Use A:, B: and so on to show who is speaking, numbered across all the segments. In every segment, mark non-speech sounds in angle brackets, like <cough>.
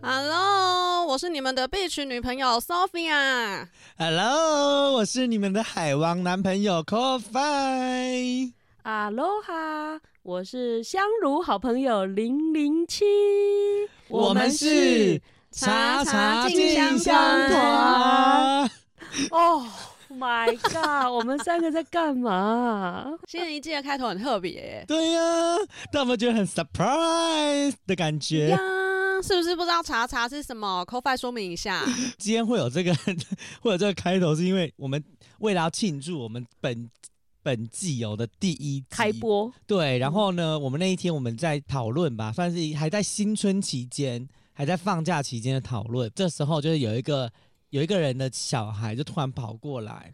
A: Hello，我是你们的 b 群女朋友 Sophia。
B: Hello，我是你们的海王男朋友 Coffee。
C: 阿罗哈，我是香炉好朋友零零七，
B: 我们是
A: 茶茶
C: 进香
B: 团
C: 团。哦、my god，我们三个在
B: <laughs>
C: 干嘛？
A: 新的一季的开头很特别耶、
B: 对呀、但我们觉得很 surprise 的感觉。
A: 呀，是不是不知道茶茶是什么 c o f i 说明一下。
B: 今天会有这个 <laughs> 会有这个开头，是因为我们为了要庆祝我们本本季有的第一集
C: 开。播，
B: 对，然后呢，我们那一天我们在讨论吧，算是还在新春期间，还在放假期间的讨论。这时候就是有一个有一个人的小孩就突然跑过来。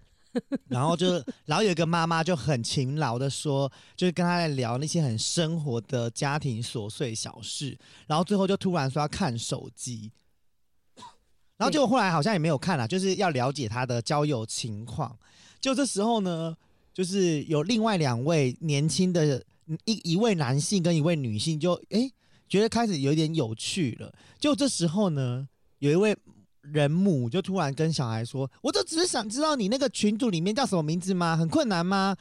B: 然后就，然后有一个妈妈就很勤劳的说，就是跟他在聊那些很生活的家庭琐碎小事，然后最后就突然说要看手机，然后结果后来好像也没有看了，啊就是要了解他的交友情况。就这时候呢，就是有另外两位年轻的嗯一一位男性跟一位女性就，诶觉得开始有点有趣了。就这时候呢，有一位人母就突然跟小孩说：“我就只是想知道你那个群组里面叫什么名字吗？很困难吗？”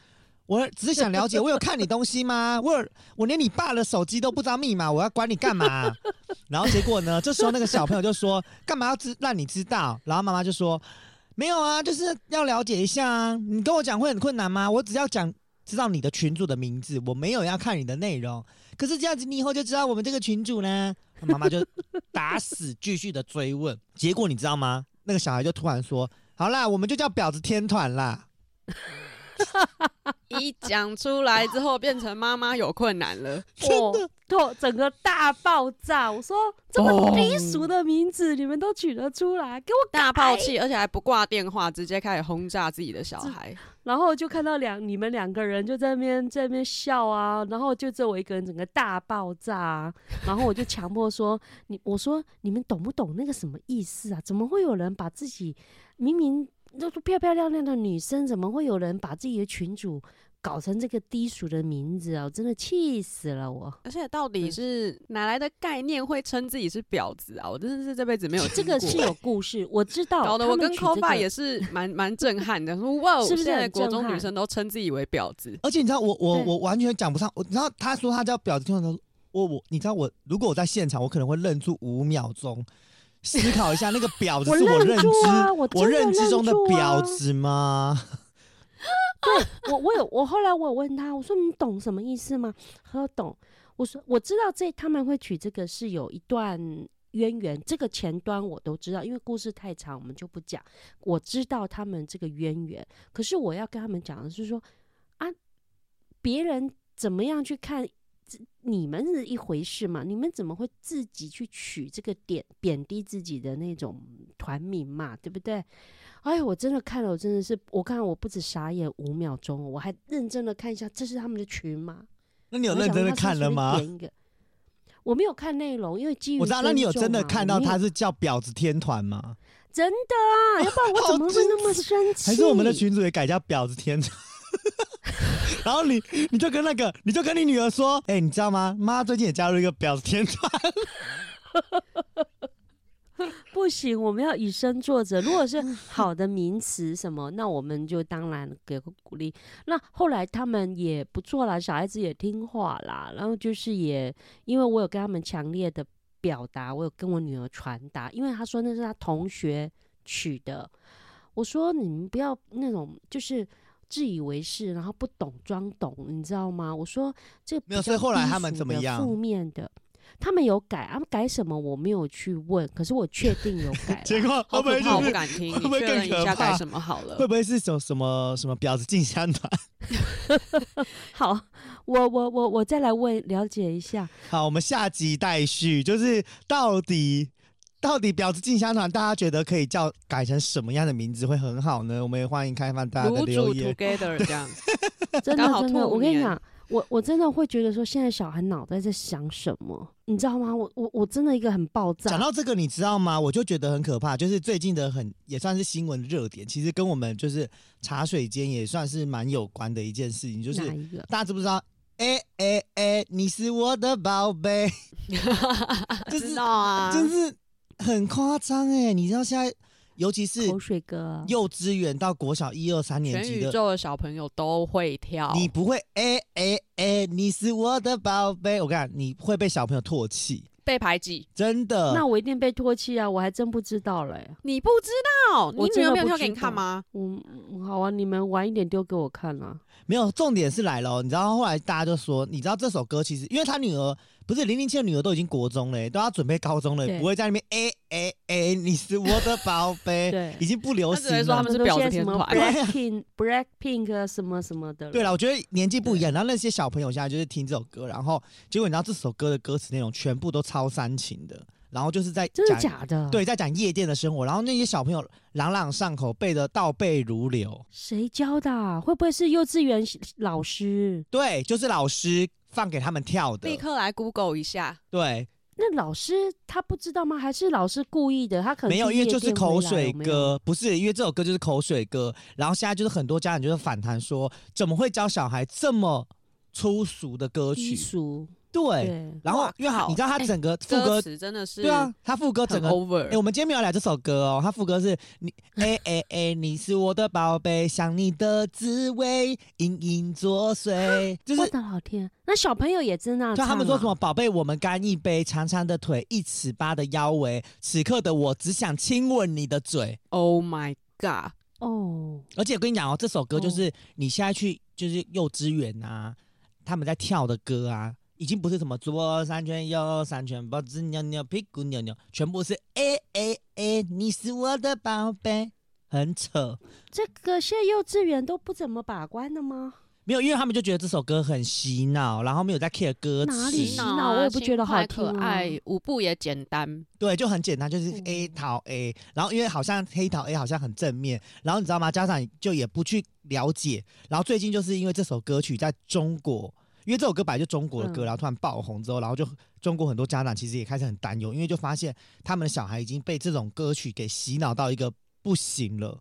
B: 我只是想了解，我有看你东西吗？我有我连你爸的手机都不知道密码，我要管你干嘛？ <laughs> 然后结果呢？这时候那个小朋友就说：“干嘛要知让你知道？”然后妈妈就说：“没有啊，就是要了解一下啊。你跟我讲会很困难吗？我只要讲知道你的群主的名字，我没有要看你的内容。可是这样子，你以后就知道我们这个群主
C: <laughs>
B: 呢。”妈妈就打死继续的追问。结果你知道吗？那个小孩就突然说：“好啦，我们就叫婊子天团啦。
A: 一讲出来之后，变成妈妈有困难了。
C: 哦，对，整个大爆炸！我说这
B: 哦
C: 么低俗的名字，你们都取得出来，给我
A: 大爆气，而且还不挂电话，直接开始轰炸自己的小孩。
C: 然后就看到两你们两个人就在那边在那边笑啊，然后就只有我一个人整个大爆炸、啊，然后我就强迫说你，我说你们懂不懂那个什么意思啊？怎么会有人把自己明明都是漂漂亮亮的女生，怎么会有人把自己的群主搞成这个低俗的名字啊？我真的气死了我！
A: 而且到底是哪来的概念会称自己是婊子啊？我真的是这辈子没有
C: 这
A: 听
C: 个
A: 过。
C: 是有故事，我知道。
A: 搞得我
C: 他们
A: 跟
C: 取
A: c o
C: 这
A: f a
C: 个
A: 也是蛮蛮震撼的，说哇哦，
C: 是不是
A: 现在
C: 很
A: 国中
C: 震撼
A: 女生都称自己为婊子？
B: 而且你知道我，我我
C: 对
B: 完全讲不上。我你知道他说他叫婊子天团，我我你知道我如果我在现场，我可能会愣住五秒钟，思考一下那个婊子
C: 我
B: 是我
C: 愣
B: 认知
C: 住啊我真的
B: 认知
C: 愣
B: 中的
C: 住
B: 婊
C: 啊
B: 子吗？
C: 我我有我后来我有问他，我说你懂什么意思吗？他说懂。我说我知道这他们会取这个是有一段渊源，这个前端我都知道，因为故事太长，我们就不讲。我知道他们这个渊源，可是我要跟他们讲的是说啊，别人怎么样去看。这你们是一回事嘛？你们怎么会自己去取这个点贬低自己的那种团名嘛？对不对？哎呦，我真的看了，我真的是，我看我不止傻眼五秒钟，我还认真的看一下，这是他们的群吗？
B: 那你有
C: 我还
B: 认
C: 想
B: 真的
C: 说他
B: 看
C: 是
B: 了
C: 不是
B: 吗？
C: 点一个？我没有看内容，因为基于
B: 我知道，那
C: 尊
B: 你有
C: 重
B: 真的
C: 嘛
B: 看
C: 我
B: 到
C: 没
B: 他
C: 有
B: 是叫婊子天团吗？
C: 真的啊？要不然我
B: <laughs> 好
C: 怎么会
B: 真
C: 那么生气？
B: 还是我们的群主也改叫婊子天团？ <laughs> 然后你你就跟那个你就跟你女儿说，哎、你知道吗？妈最近也加入一个婊子天
A: 哎
B: 团，
C: 不行，我们要以身作则。如果是好的名词什么，那我们就当然给个鼓励。那后来他们也不错啦，小孩子也听话啦，然后就是也因为我有跟他们强烈的表达，我有跟我女儿传达，因为她说那是她同学取的。我说你们不要那种就是自以为是，然后不懂装懂，你知道吗？我说这
B: 没有
C: 比较
B: 所以后来
C: 低
B: 他们
C: 俗
B: 怎么
C: 的
B: 样
C: 负面的。他们有改，他们改什么我没有去问，可是我确定有改
B: <laughs> 结
C: 啦。
B: 果
A: 好
B: 会
A: 可
B: 不会
A: 怕，我
B: 就
A: 不
B: 是
A: 敢听。
B: 会
A: 你
B: 不会
A: 确
B: 更
A: 认一
B: 可
A: 下
B: 怕
A: 该什么好了
B: 会。不会是什什么什么婊子进香团？
C: 好，我我我我再来问了解一
B: <laughs>
C: 下。
B: <laughs> 好，我们下集待续，就是到底到底婊子进香团，大家觉得可以叫改成什么样的名字会很好呢？我们也欢迎开放大家的
D: 卤
B: 留
D: 煮
B: 言。
D: together 这样，
C: <laughs> 真
D: 刚
C: 的
D: 好
C: 真的，
D: 兔
C: 我跟你
D: 年
C: 讲，我我真的会觉得说，现在小孩脑袋在想什么，你知道吗？我我我真的一个很爆
B: 讲
C: 炸，
B: 到这个，你知道吗？我就觉得很可怕，就是最近的很也算是新闻热点，其实跟我们就是茶水间也算是蛮有关的一件事情，就是
C: 哪一个？
B: 大家知不知道？哎哎哎，你是我的
D: <laughs>
B: 宝贝，就是
D: 知道啊，
B: 真是很夸张哎！你知道现在，尤其是
C: 口水歌，啊
B: 幼稚园到国小一二三年
D: 全
B: 级
D: 宇
B: 的，
D: 宙的小朋友都会跳，
B: 你不会哎哎哎，你是我的宝贝，我跟你讲，你会被小朋友唾弃，
D: 被排挤，
B: 真的。
C: 那我一定被唾弃啊！我还真不知道嘞、
D: 你不知道，你
C: 我
D: 女
C: 真
D: 儿
C: 的
D: 没有
C: 不
D: 跳
C: 知
D: 给你看
C: 道
D: 吗？
C: 我好啊，你们晚一点丢给我看啊。
B: 没有，重点是来了哦，你知道后来大家就说，你知道这首歌其实，因为他女儿不是零零七的女儿都已经国中了耶，都要准备高中了，
C: 对
B: 不会在那边哎哎哎，你是我的宝贝
C: 对，
B: 已经不流
D: 他只会
B: 行
D: 说他
B: 了
D: 们。
C: 很
D: 是
C: 多
D: 婊
C: 现
D: 子
C: 在
D: 天
C: 什么
D: 团
C: Blackpink、Blackpink 啊什么什么的。
B: 对了，我觉得年纪不一样，然后那些小朋友现在就是听这首歌，然后结果你知道这首歌的歌词内容全部都超煽情的，然后就是在
C: 真的
B: 讲
C: 假的？，
B: 对，在讲夜店的生活，然后那些小朋友朗朗上口，背得倒背如流。
C: 谁教的啊、会不会是幼稚园老师？
B: 对，就是老师放给他们跳的
D: 立。刻来 Google 一下，
B: 对，
C: 那老师他不知道吗？还是老师故意的？他可能
B: 没有，
C: 去
B: 因为
C: 夜
B: 就是
C: 店
B: 口
C: 回来
B: 水
C: 有没有
B: 歌，不是因为这首歌就是口水歌。然后现在就是很多家长就是反弹说，怎么会教小孩这么粗俗的歌
C: 低
B: 曲？
C: 俗。
B: 对。
C: 对，哎
B: 然后
D: 哇，
B: 因为他
D: 靠
B: 你知道他整个副歌
D: 歌，词真的是
B: 对啊，他副歌整
D: 很
B: 个
D: over，
B: 哎、我们今天没有来这首歌哦，它副歌是你哎哎哎，你是我的宝贝，想你的滋味隐隐作祟，就是
C: 我的老天，那小朋友也真啊的、啊。
B: 就他们说什
C: 么？
B: 么宝贝，我们干一杯，长长的腿，一尺八的腰围，此刻的我只想亲吻你的嘴。
D: Oh my God，
C: 哦，
B: 而且我跟你讲哦，这首歌就是你现在去就是幼稚园啊，他们在跳的歌啊。已经不是什么左三圈右三圈，脖子扭扭屁股扭扭，全部是哎哎哎，你是我的宝贝，很扯。
C: 这个现在幼稚园都不怎么把关的吗？
B: 没有，因为他们就觉得这首歌很洗脑，然后没有在 care 歌
C: 哪里
B: 词
C: 洗，脑我也不觉得好
D: 轻快可
C: 听啊
D: 爱，舞步也简单，
B: 对，就很简单，就是
C: 嗯
B: A 淘 A，然后因为好像黑桃 A 好像很正面，然后你知道吗？家长就也不去了解，然后最近就是因为这首歌曲在中国。因为这首歌本来就中国的歌，
C: 嗯
B: 然后突然爆红之后，然后就中国很多家长其实也开始很担忧，因为就发现他们的小孩已经被这种歌曲给洗脑到一个不行了。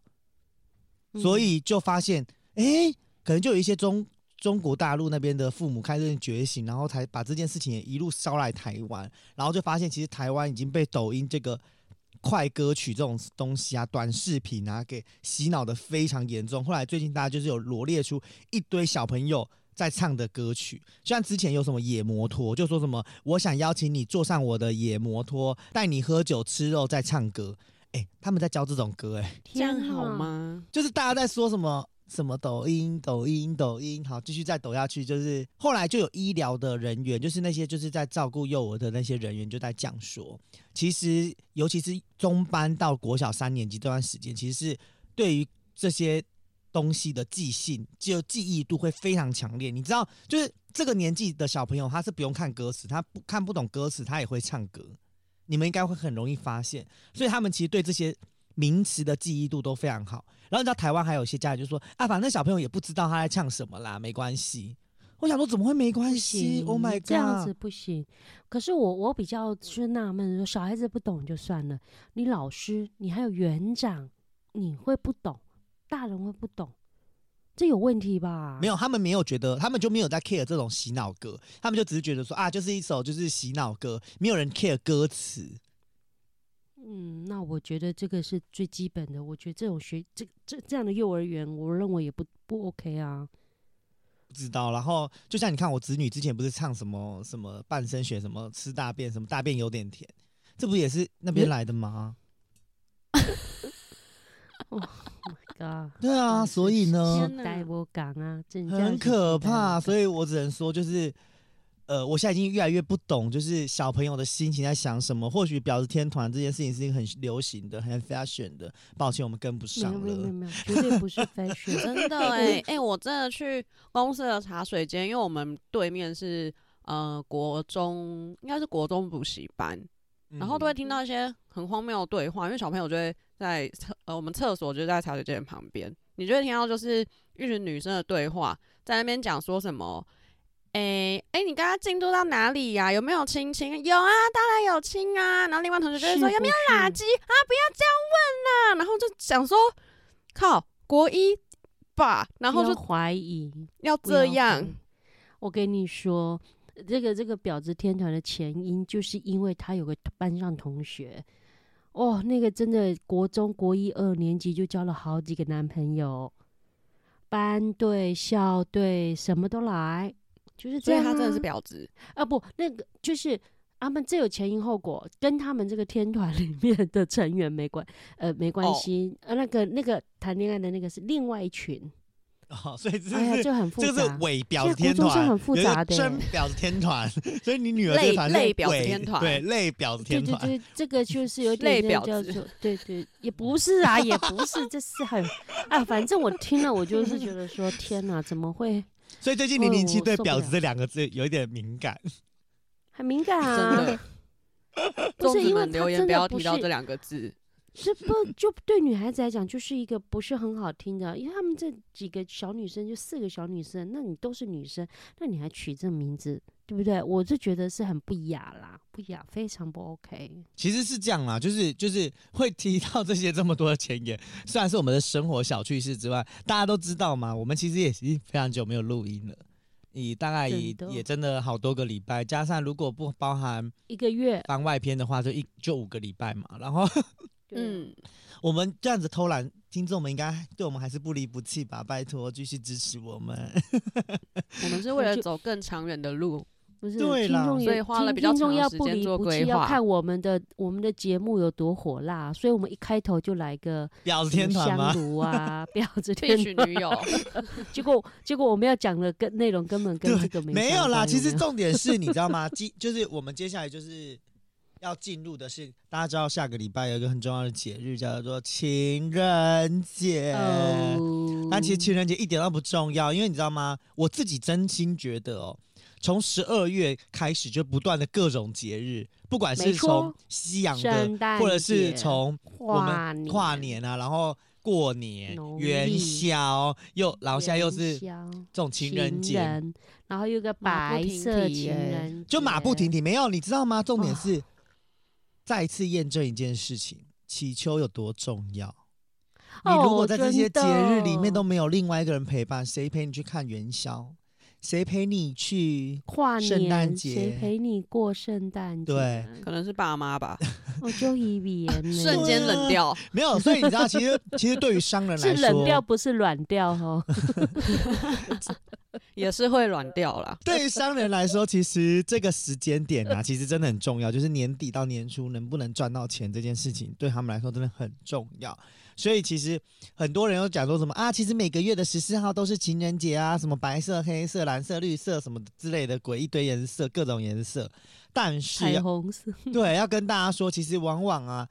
C: 嗯
B: 所以就发现，哎、可能就有一些中中国大陆那边的父母开始觉醒，然后才把这件事情也一路捎来台湾，然后就发现其实台湾已经被抖音这个快歌曲这种东西啊、短视频啊给洗脑的非常严重。后来最近大家就是有罗列出一堆小朋友。在唱的歌曲，就像之前有什么野摩托，就说什么我想邀请你坐上我的野摩托，带你喝酒吃肉，再唱歌。哎、他们在教这种歌、诶。哎，
D: 这
C: 天
D: 样好
C: 啊？ <laughs>
D: 吗？
B: 就是大家在说什么什么抖音、抖音、抖音，好，继续再抖下去。就是后来就有医疗的人员，就是那些就是在照顾幼儿的那些人员就在讲说，其实尤其是中班到国小三年级这段时间，其实是对于这些东西的记性，就记忆度会非常强烈。你知道，就是这个年纪的小朋友，他是不用看歌词，他不看不懂歌词，他也会唱歌。你们应该会很容易发现，所以他们其实对这些名词的记忆度都非常好。然后你知道台湾还有一些家长就说啊，反正小朋友也不知道他在唱什么啦，没关系。我想说怎么会没关
C: 不
B: 系
C: 行
B: ？Oh my god！
C: 这样子不行。可是我我比较就是纳闷，说小孩子不懂就算了，你老师，你还有园长，你会不懂，大人会不懂，这有问题吧？
B: 没有，他们没有觉得，他们就没有在 care 这种洗脑歌，他们就只是觉得说啊，就是一首就是洗脑歌，没有人 care 歌词。
C: 嗯，那我觉得这个是最基本的。我觉得这种学这这这样的幼儿园，我认为也不不 OK 啊。
B: 不知道，然后就像你看，我侄女之前不是唱什么什么半身学，什么吃大便，什么大便有点甜，这不也是那边
C: 嗯
B: 来的吗？
C: God，
B: 对啊，所以呢，
D: 天哪
C: 带我港啊，真
B: 很可怕，所以我只能说就是，呃，我现在已经越来越不懂，就是小朋友的心情在想什么。或许婊子天团这件事情是一个很流行的、很 fashion 的，抱歉，我们跟不
C: 没有
B: 上
C: 没有没有
B: 了。
C: 没有，绝
B: <laughs>
C: 对不是 fashion。 <laughs>
D: 真的哎、欸、哎、我真的去公司的茶水间，因为我们对面是呃国中，应该是国中补习班，
B: 嗯
C: 嗯
D: 然后都会听到一些很荒谬的对话，因为小朋友就会在厕呃我们厕所就在茶水间旁边，你就会听到就是一群女生的对话，在那边讲说什么。诶诶，你刚刚进度到哪里呀、有没有亲亲？有啊，当然有亲啊。然后另外同学就会说有没有垃
C: 嗯
D: 圾啊？不要这样问啦、啊然后就想说，靠，国一吧，然
C: 然
D: 后
C: 后
D: 就
C: 就怀疑，
D: 要
C: 不要
D: 这样
C: 怀疑。我跟你说，这个这个婊子天团的前因，就是因为他有个班上同学，哦，那个真的国中国一二年级就交了好几个男朋友，班队、校队什么都来，就是这
D: 所以
C: 样、
D: 他真的是婊子，
C: 啊，不，那个就是他们这有前因后果，跟他们这个天团里面的成员没关，呃，没关
D: 哦
C: 系。呃，那个那个谈恋爱的那个是另外一群，
B: 哦，所以这
C: 哎呀，
B: 是
C: 就很复
B: 这个是
C: 杂。
B: 伪婊子
C: 现在
B: 天
C: 国中
B: 团，
C: 是很复
B: 有一个
C: 杂的
B: 真婊子天团，所以你女儿这
D: 类
B: 个团是
D: 类婊子
B: 伪
D: 天团
B: 对，类婊子
C: 对
B: 天
C: 对
B: 团，
C: 对，
D: <laughs>
C: 这个就是有
D: 类
C: 点那
D: 婊
C: 叫
D: 子
C: 做，对对，也不是啊，也不是，这是很啊，反正我听了，我就是觉得说，天哪，怎么会
B: 所以最近
C: 哦
B: 零零七
C: 我
B: 对
C: 受不了
B: 婊子这两个字有一点敏感。
C: 很敏感
D: 真
C: 啊？
D: 的。
C: 不
D: 粽
C: 是
D: 子
C: 因为
D: 们
C: 他
D: 留言
C: 真
D: 不
C: 的
D: 要
C: 不
D: 提到
C: 是
D: 这两个字，
C: 这不就对女孩子来讲，就是一个不是很好听的，因为他们这几个小女生，就四个小女生，那你都是女生，那你还取这名字，对不对？我就觉得是很不雅啦，不雅，非常不 OK。
B: 其实是这样啦，就是就是会提到这些这么多的前言，虽然是我们的生活小趣事之外，大家都知道嘛，我们其实也已经非常久没有录音了，以大概也
C: 真的
B: 也真的好多个礼拜，加上如果不包含
C: 一个月，
B: 番外篇的话，就一就五个礼拜嘛。然后
C: 嗯，
D: 嗯，
B: 我们这样子偷懒，听众们应该对我们还是不离不弃吧，拜托继续支持我们。
D: 我们是为了
C: 就
D: 走更长远的路，
C: 不是
B: 对
C: 听
B: 啦
C: 众
D: 所以
C: 也
D: 花了
C: 听
D: 比较
C: 听众
D: 长
C: 要
D: 时
C: 不
D: 间
C: 离
D: 做
C: 不
D: 规
C: 弃，要
D: 划
C: 看我们的我们的节目有多火辣，所以我们一开头就来个
B: 婊子哦
C: 什么
B: 天团吗
C: <laughs> 香？炉啊，婊子
D: 必
C: 天
D: 须
C: 团
D: 女
B: <laughs>
D: 友，
C: 结果结果我们要讲的跟内容根本跟
B: 对
C: 这个没
B: 没
C: 相
B: 有啦，
C: 关
B: 其实
C: 没有
B: 重点是，你知道吗？ <laughs> 接就是我们接下来就是要进入的是，大家知道下个礼拜有一个很重要的节日叫做情人节。
C: 哦，
B: 但其实情人节一点都不重要，因为你知道吗？我自己真心觉得哦，从十二月开始就不断的各种节日，不管
C: 没
B: 是
C: 错
B: 从西洋的，
C: 圣诞
B: 或者是
C: 节
B: 从我们跨年啊，然后过年、
C: 农
B: 元
C: 历
B: 宵，又然后现在又是
C: 元
B: 这
C: 宵
B: 种情人节，
C: 人然后有个
D: 马不
C: 白
D: 停
C: 色
D: 蹄
C: 情
D: 耶
C: 人节，
B: 就马不停蹄，没有，你知道吗？重点是再一次验证一件事情：祈求有多重要。你
C: 哦
B: 如果在这些节
C: 真的
B: 日里面都没有另外一个人陪伴，谁陪你去看元宵？谁陪你去？
C: 跨年，
B: 圣诞节
C: 谁陪你过圣诞节？
B: 对，
D: 可能是爸妈吧，
C: 我就以
B: <laughs>
C: 为呢
D: 瞬间冷掉。
B: 没有，所以你知道，其实其实对于商人来
C: 是冷掉
B: 说，
C: 不是软掉哦。
D: 也是会软掉啦。
B: <laughs> 对于商人来说，其实这个时间点啊，其实真的很重要，就是年底到年初能不能赚到钱这件事情，对他们来说真的很重要。所以其实很多人都讲说什么啊，其实每个月的十四号都是情人节啊，什么白色、黑色、蓝色、绿色什么之类的鬼一堆颜色，各种颜色。但是啊
C: 彩虹色， <laughs>
B: 对，要跟大家说，其实往往啊，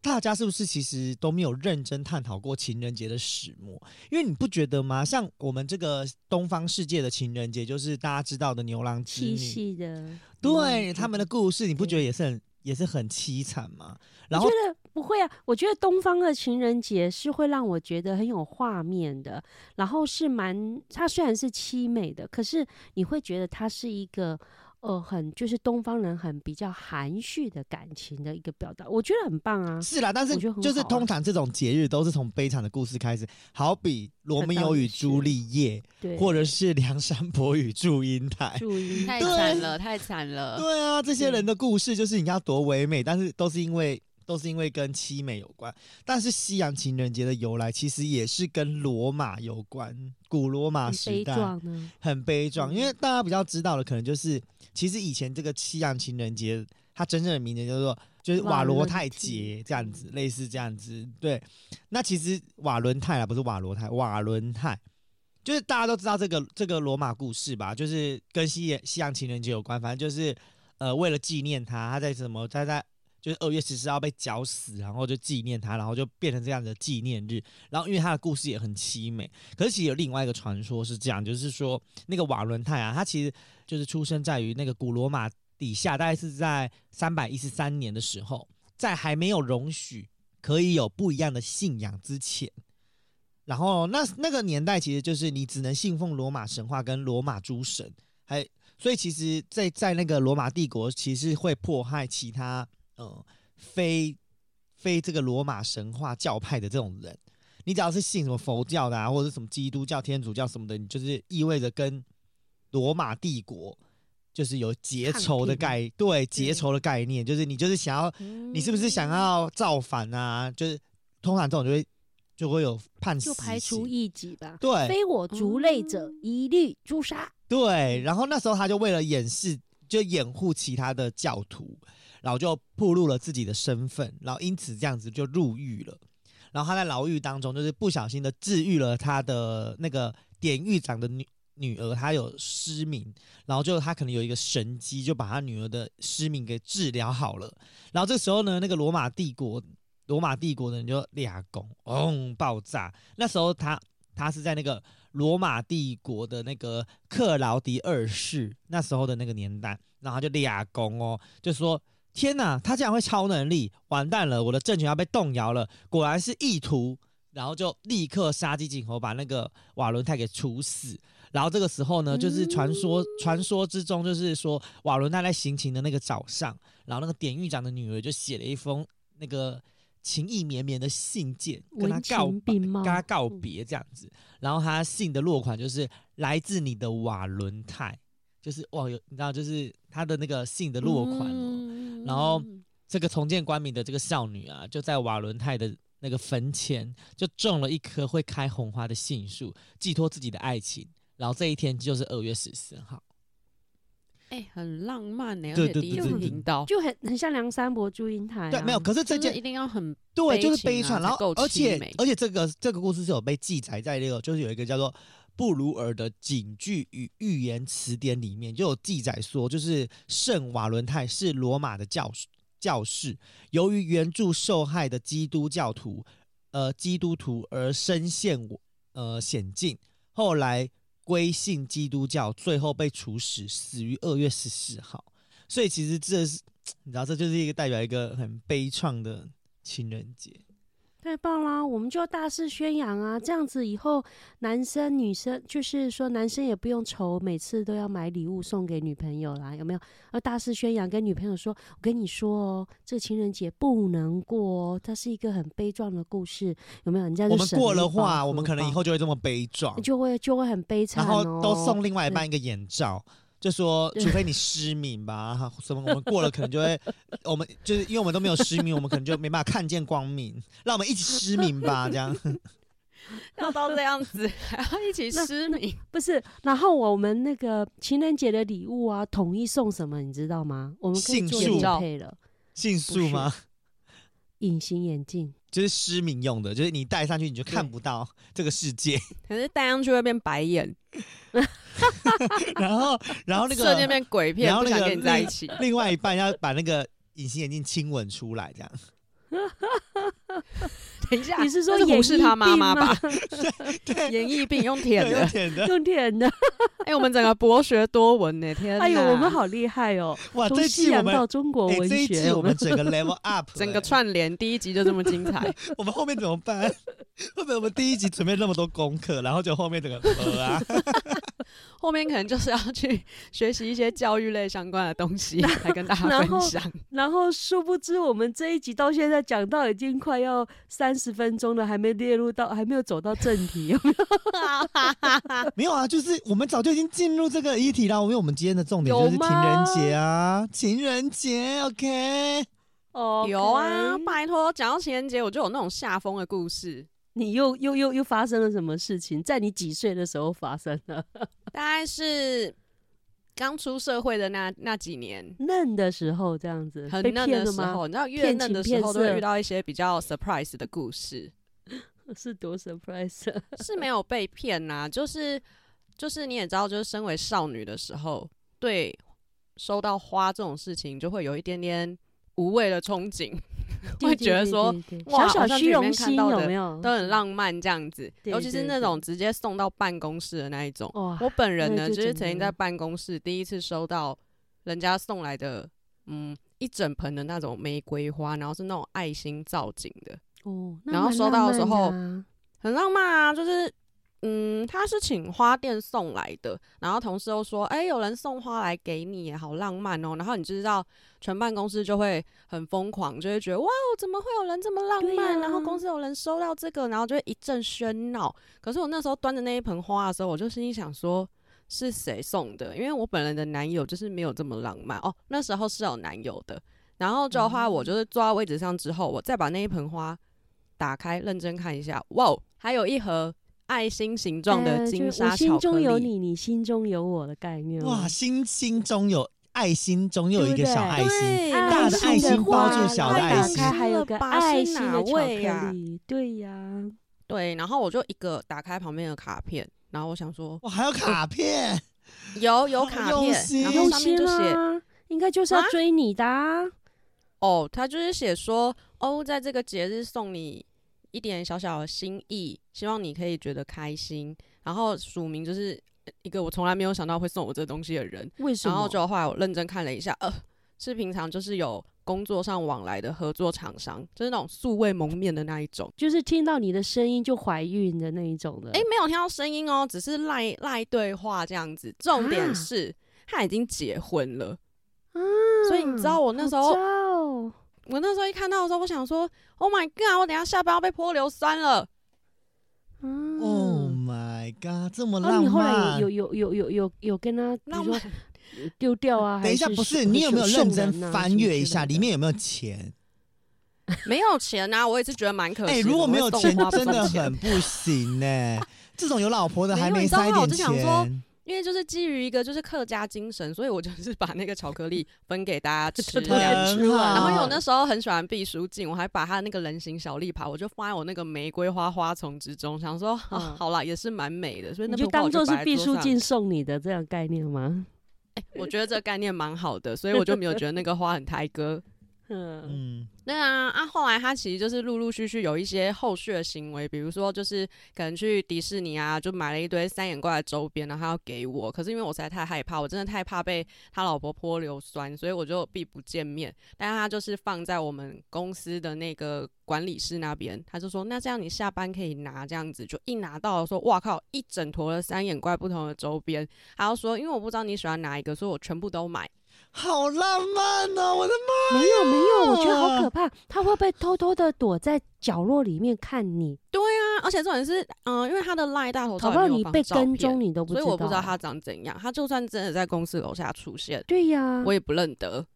B: 大家是不是其实都没有认真探讨过情人节的始末？因为你不觉得吗？像我们这个东方世界的情人节，就是大家知道的牛郎织
C: 细
B: 女，
C: 细的。
B: 对
C: 嗯
B: 他们的故事，你不觉得也是很也是很凄惨吗？然
C: 我
B: 后
C: 觉得不会啊，我觉得东方的情人节是会让我觉得很有画面的，然后是蛮，它虽然是凄美的，可是你会觉得它是一个。呃，很就是东方人很比较含蓄的感情的一个表达，我觉得很棒啊。
B: 是啦，但是
C: 我觉得很
B: 就是
C: 好啊
B: 通常这种节日都是从悲惨的故事开始，好比《罗
C: 那
B: 密
C: 当
B: 欧
C: 然
B: 与朱
C: 是
B: 丽叶》，
C: 对，
B: 或者是《梁山伯与祝英台》。
C: 注音
D: 太
B: 对
D: 惨了，太惨
C: <laughs>
D: 了。
B: 对啊，这些人的故事就是你要多唯美，但是都是因为都是因为跟凄美有关。但是西洋情人节的由来其实也是跟罗马有关，古罗马
C: 很
B: 时
C: 悲
B: 代
C: 壮呢。
B: 很悲壮，
C: 嗯
B: 因为大家比较知道的可能就是，其实以前这个西洋情人节它真正的名字叫做就是瓦
C: 瓦
B: 罗
C: 伦
B: 泰
C: 蒂
B: 节这样子，类似这样子。对，那其实瓦伦泰啊，不是瓦罗泰，瓦伦泰。就是大家都知道这个这个罗马故事吧，就是跟西洋西洋情人节有关，反正就是呃为了纪念他，他在什么他在就是二月十四号被绞死，然后就纪念他，然后就变成这样的纪念日。然后因为他的故事也很凄美，可是其实有另外一个传说是这样，就是说那个瓦伦泰啊，他其实就是出生在于那个古罗马底下，大概是在三百一十三年的时候，在还没有容许可以有不一样的信仰之前。然后那那个年代其实就是你只能信奉罗马神话跟罗马诸神，还所以其实在，在那个罗马帝国，其实会迫害其他呃非非这个罗马神话教派的这种人。你只要是信什么佛教的啊，或者是什么基督教、天主教什么的，你就是意味着跟罗马帝国就是有结仇的概对结仇的概念，就是你就是想要你
C: 你
B: 是不是想要造反啊？就是通常这种就会就会有判死
C: 就排除
B: 刑
C: 异己吧？
B: 对
C: 非我族类
B: 哦
C: 者，一律诛杀。
B: 对，然后那时候他就为了掩饰，就掩护其他的教徒，然后就暴露了自己的身份，然后因此这样子就入狱了。然后他在牢狱当中，就是不小心的治愈了他的那个典狱长的女女儿，她有失明，然后就他可能有一个神机，就把他女儿的失明给治疗好了。然后这时候呢，那个罗马帝国，罗马帝国的人就俩拱，轰、爆炸。那时候他他是在那个罗马帝国的那个克劳迪二世那时候的那个年代，然后他就俩拱哦，就说。天呐，他竟然会超能力，完蛋了！我的政权要被动摇了，果然是意图。然后就立刻杀鸡儆猴，把那个瓦伦泰给处死。然后这个时候呢，就是传说、传说之中，就是说瓦伦泰在行刑的那个早上，然后那个典狱长的女儿就写了一封那个情意绵绵的信件，跟他
C: 文
B: 告
C: 情
B: 白
C: 并茂
B: 跟他告
C: 嗯
B: 别这样子。然后他信的落款就是来自你的瓦伦泰，就是哇，有你知道，就是他的那个信的落款、哦。
D: 嗯
B: 然后这个重建官民的这个少女啊，就在瓦伦泰的那个坟前就种了一棵会开红花的杏树，寄托自己的爱情。然后这一天就是二月十四号，
D: 哎、很浪漫呢、而
B: 对
D: 且
B: 对
D: 第一
B: 对
D: 次
C: 对
D: 听到，
C: 嗯就很很像梁山伯祝英台、啊。
B: 对，没有。可是这
D: 就是
B: 件
D: 一定要
B: <laughs>
D: 很
B: 对，
D: 悲
B: 就是
D: 情
B: 悲
D: 啊
B: 惨，
D: 才
B: 然后
D: 够
B: 而
D: 凄
B: 且
D: 美
B: 而且这个这个故事是有被记载在那个，就是有一个叫做布鲁尔的警句与寓言词典里面就有记载说，就是圣瓦伦泰是罗马的教士教士，由于援助受害的基督教徒，呃，基督徒而深陷呃险境，后来归信基督教，最后被处死，死于二月十四号。所以其实这是你知道，这就是一个代表一个很悲怆的情人节。
C: 太棒啦！我们就大肆宣扬啊，这样子以后男生女生就是说男生也不用愁，每次都要买礼物送给女朋友啦，有没有？要大肆宣扬，跟女朋友说，我跟你说哦，这个情人节不能过哦，它是一个很悲壮的故事，有没有？人家就
B: 我们
C: 省
B: 过
C: 了一
B: 了
C: 包
B: 话，我
C: 荷
B: 们可能以
C: 包
B: 后就会这么悲壮，
C: 就会就会很悲惨、
B: 然
C: 哦，
B: 后都送另外一半一个眼罩，就说
C: 对
B: 除非你失明吧，哈什么我们过了可能就会，
C: <laughs>
B: 我们就是因为我们都没有失明，我们可能就没办法看见光明，让我们一起失明吧，这
C: <laughs>
B: 样
D: 要到这样子，还要一起
C: 那
D: 失
C: 那
D: 明。
C: 不是，然后我们那个情人节的礼物啊，统一送什么，你知道吗？我们可以
B: 杏
C: 做
B: 树
C: 业配了，
B: 杏树吗？
C: 隐形
B: <laughs>
C: 眼镜，
B: 就是失明用的，就是你戴上去你就看不到这个世
C: <laughs>
B: 界，
D: 可是戴上去会变白眼，
B: 然
C: <laughs>
B: 后然哦后那
D: 瞬间
B: 个
D: 变鬼片，
B: 然后
D: 不
B: 那
D: 想
B: 个
D: 跟你在一起。
B: 另外一半要把那个隐形眼镜亲吻出来，这样
D: <laughs> 等一下，
C: 你是说
D: 那是
C: 演
D: 胡适他
C: 艺
D: 妈妈
C: 病
D: <laughs>
C: 吗
D: 吧？演艺病用舔
B: 对，
D: 的
B: 有，点的，啊
C: 用点的。
D: 哎，我们整个博学多闻呢，天哪！
C: 哎呦，我们好厉害哦！
B: 哇，
C: 从
B: 啊这
C: 西
B: 期我
C: 洋
B: 们
C: 到中国
B: 哎
C: 文
B: 这一
C: 学，
B: 集我们整个 level
C: <laughs>
B: up，
D: 整
B: 哎
D: 个串联第一集就这么精彩，
B: <laughs> 我们后面怎么办？会不会我们第一集准备那么多功课，然后就后面整个呃
D: <laughs>
B: 啊？
D: 后面可能就是要去 <laughs> 学习一些教育类相关的东西，来跟大家
C: 然
D: 分
C: 后 <laughs>
D: 享。
C: 然后殊不知我们这一集到现在讲到已经快要三十分钟了，还没列入到，还没有走到正
B: <laughs>
C: 题，有没有
B: 没有啊，就是我们早就已经进入这个议题了，因为我们今天的重点
D: 有
B: 就是情人
D: 吗
B: 节啊，情人节，OK？
C: 哦
D: 有啊，拜托，讲到情人节，我就有那种下风的故事。
C: 你又又又又发生了什么事情？在你几岁的时候发生的？
D: 大概是刚出社会的那那几年，
C: 嫩的时候这样子，
D: 很
C: 被
D: 嫩
C: 骗
D: 的
C: 了
D: 时
C: 吗？
D: 候，你知道越
C: 骗
D: 嫩
C: 情
D: 的时
C: 骗
D: 候都会
C: 色
D: 遇到一些比较 surprise 的故事。
C: 是多 surprise 啊。
D: 是没有被骗啦、 <laughs> 就是就是你也知道，就是身为少女的时候，对收到花这种事情就会有一点点无谓的憧憬， <laughs> 会
C: 对
D: 觉得说，
C: 对对对
D: 哇好
C: 小小
D: 像
C: 虚
D: 剧里
C: 荣
D: 面看
C: 心
D: 到
C: 有
D: 的
C: 没有？
D: 都很浪漫这样子。
C: 对
D: 尤其是
C: 对
D: 那
C: 对
D: 种直接送到办公室的那一种。
C: 哇，
D: 我本人
C: 那
D: 呢，
C: 就
D: 就是
C: 整
D: 曾经
C: 个
D: 在办公室第一次收到人家送来的，嗯，一整盆的那种玫瑰花，然后是那种爱心造景的，
C: 哦，
D: 然后收到的时候
C: 候，
D: 很浪漫啊。就是，嗯，他是请花店送来的，然后同事又说，哎、有人送花来给你耶，好浪漫哦。然后你就知道，全办公室就会很疯狂，就会觉得哇哦，怎么会有人这么浪
C: 对
D: 漫？
C: 呀
D: 然后公司有人收到这个，然后就会一阵喧闹。可是我那时候端着那一盆花的时候，我就心里想说。是谁送的？因为我本人的男友就是没有这么浪漫哦，那时候是有男友的。然后就的话，
C: 嗯
D: 我就是坐到位置上之后，我再把那一盆花打开，认真看一下，哇，哦，还有一盒爱心形状的
C: 呃就
D: 金
C: 是我
D: 沙巧
C: 心
D: 克
C: 中
D: 力。
C: 有你，你心中有我的概念。哦
B: 哇，，心心中有爱心，中又有一个小爱心，
D: 对，
C: 大的爱心包住小的爱心打开还有个爱心的啊巧
D: 味
C: 克
D: 呀。
C: 力，对呀、
D: 对，然后我就一个打开旁边的卡片，然后我想说
B: 哇，还有卡片，
D: 有有卡
B: 好用
D: 片，
B: 心
D: 然
B: 用
D: 后
C: 用
D: 上面
C: 心
D: 就写
C: 啊，应该就是要
D: 啊
C: 追你的、啊。
D: 哦，他就是写说哦，在这个节日送你一点小小的心意，希望你可以觉得开心。然后署名就是一个我从来没有想到会送我这东西的人，
C: 为什么？
D: 然后就后来我认真看了一下，呃，是平常就是有工作上往来的合作厂商，就是那种素未谋面的那一种。
C: 就是听到你的声音就怀孕的那一种的。
B: 嗯
D: 诶，没有听到声音哦，只是赖赖对话这样子。重点
C: 啊
D: 是、他已经结婚了，
C: 啊，
D: 所以你知道我那时候
C: 好糟哦
D: 我那时候一看到的时候，我想说，Oh my god，我等一下下班要被泼硫酸了。
C: 嗯
B: Oh my god，这么
C: 啊，
B: 浪
C: 你后来
B: 漫！
C: 有有有有有有跟他，比
D: 浪
C: 如
D: 漫
C: 说丢掉啊？
B: 等一下，
C: 还
B: 不
C: 是
B: 是你有没有
C: 送
B: 认真
C: 人啊
B: 翻
C: 什么
B: 阅一
C: 之
B: 下
C: 类
B: 里
C: 的
B: 面有没有钱？
D: 没有钱啊，我也是觉得蛮可惜
B: 哎、
D: 的。
B: 如果没有
D: 我会送
B: 钱
D: 花，不
B: 真
D: 送
B: 的
D: 钱
B: 很不行呢、
D: <laughs>
B: 这种有老婆的
D: 没有
B: 还
D: 你知道
B: 塞一
D: 吗我
B: 点
D: 就想说
B: 钱，
D: 因为就是基于一个就是客家精神，所以我就是把那个巧克力分给大家吃
B: <laughs>
C: <laughs> 对
D: 这
C: 啊
D: 样子。
B: 很好。
D: 然后
C: 哦
D: 因为我那时候很喜欢毕书尽，我还把他那个人形小立牌，我就放在我那个玫瑰花花丛之中，想说、啊
C: 嗯，
D: 好啦，也是蛮美的，所以
C: 你
D: 那
C: 就
D: 幅画
C: 当
D: 我
C: 做是
D: 摆在
C: 毕
D: 桌
C: 书
D: 上
C: 尽送你的这样概念吗？
D: 我觉得这个概念蛮好的，所以我就没有觉得那个花很
C: <laughs>
D: 抬歌。
C: 嗯，
B: 嗯，
D: 对啊，啊，后来他其实就是陆陆续续有一些后续的行为，比如说就是可能去迪士尼啊，就买了一堆三眼怪的周边，然后他要给我，可是因为我实在太害怕，我真的太怕被他老婆泼硫酸，所以我就避不见面。但他就是放在我们公司的那个管理室那边，他就说那这样你下班可以拿这样子，就一拿到说哇靠，一整坨的三眼怪不同的周边，还要说因为我不知道你喜欢哪一个，所以我全部都买。
B: 好浪漫
D: 啊
B: 哦！我的
C: 没有没有，我觉得好可怕。
B: 哦
C: 他会不会偷偷的躲在角落里面看你？
D: 对啊，而且重点是，嗯、因为他的赖大头照
C: 搞
D: 也
C: 不好
D: 没有
C: 你
D: 放
C: 被
D: 照片
C: 跟踪，你都不
D: 所
C: 知
D: 以
C: 道。
D: 我不知道他。长怎样。他就算真的在公司楼下出现，
C: 对呀
D: 我，也不认得。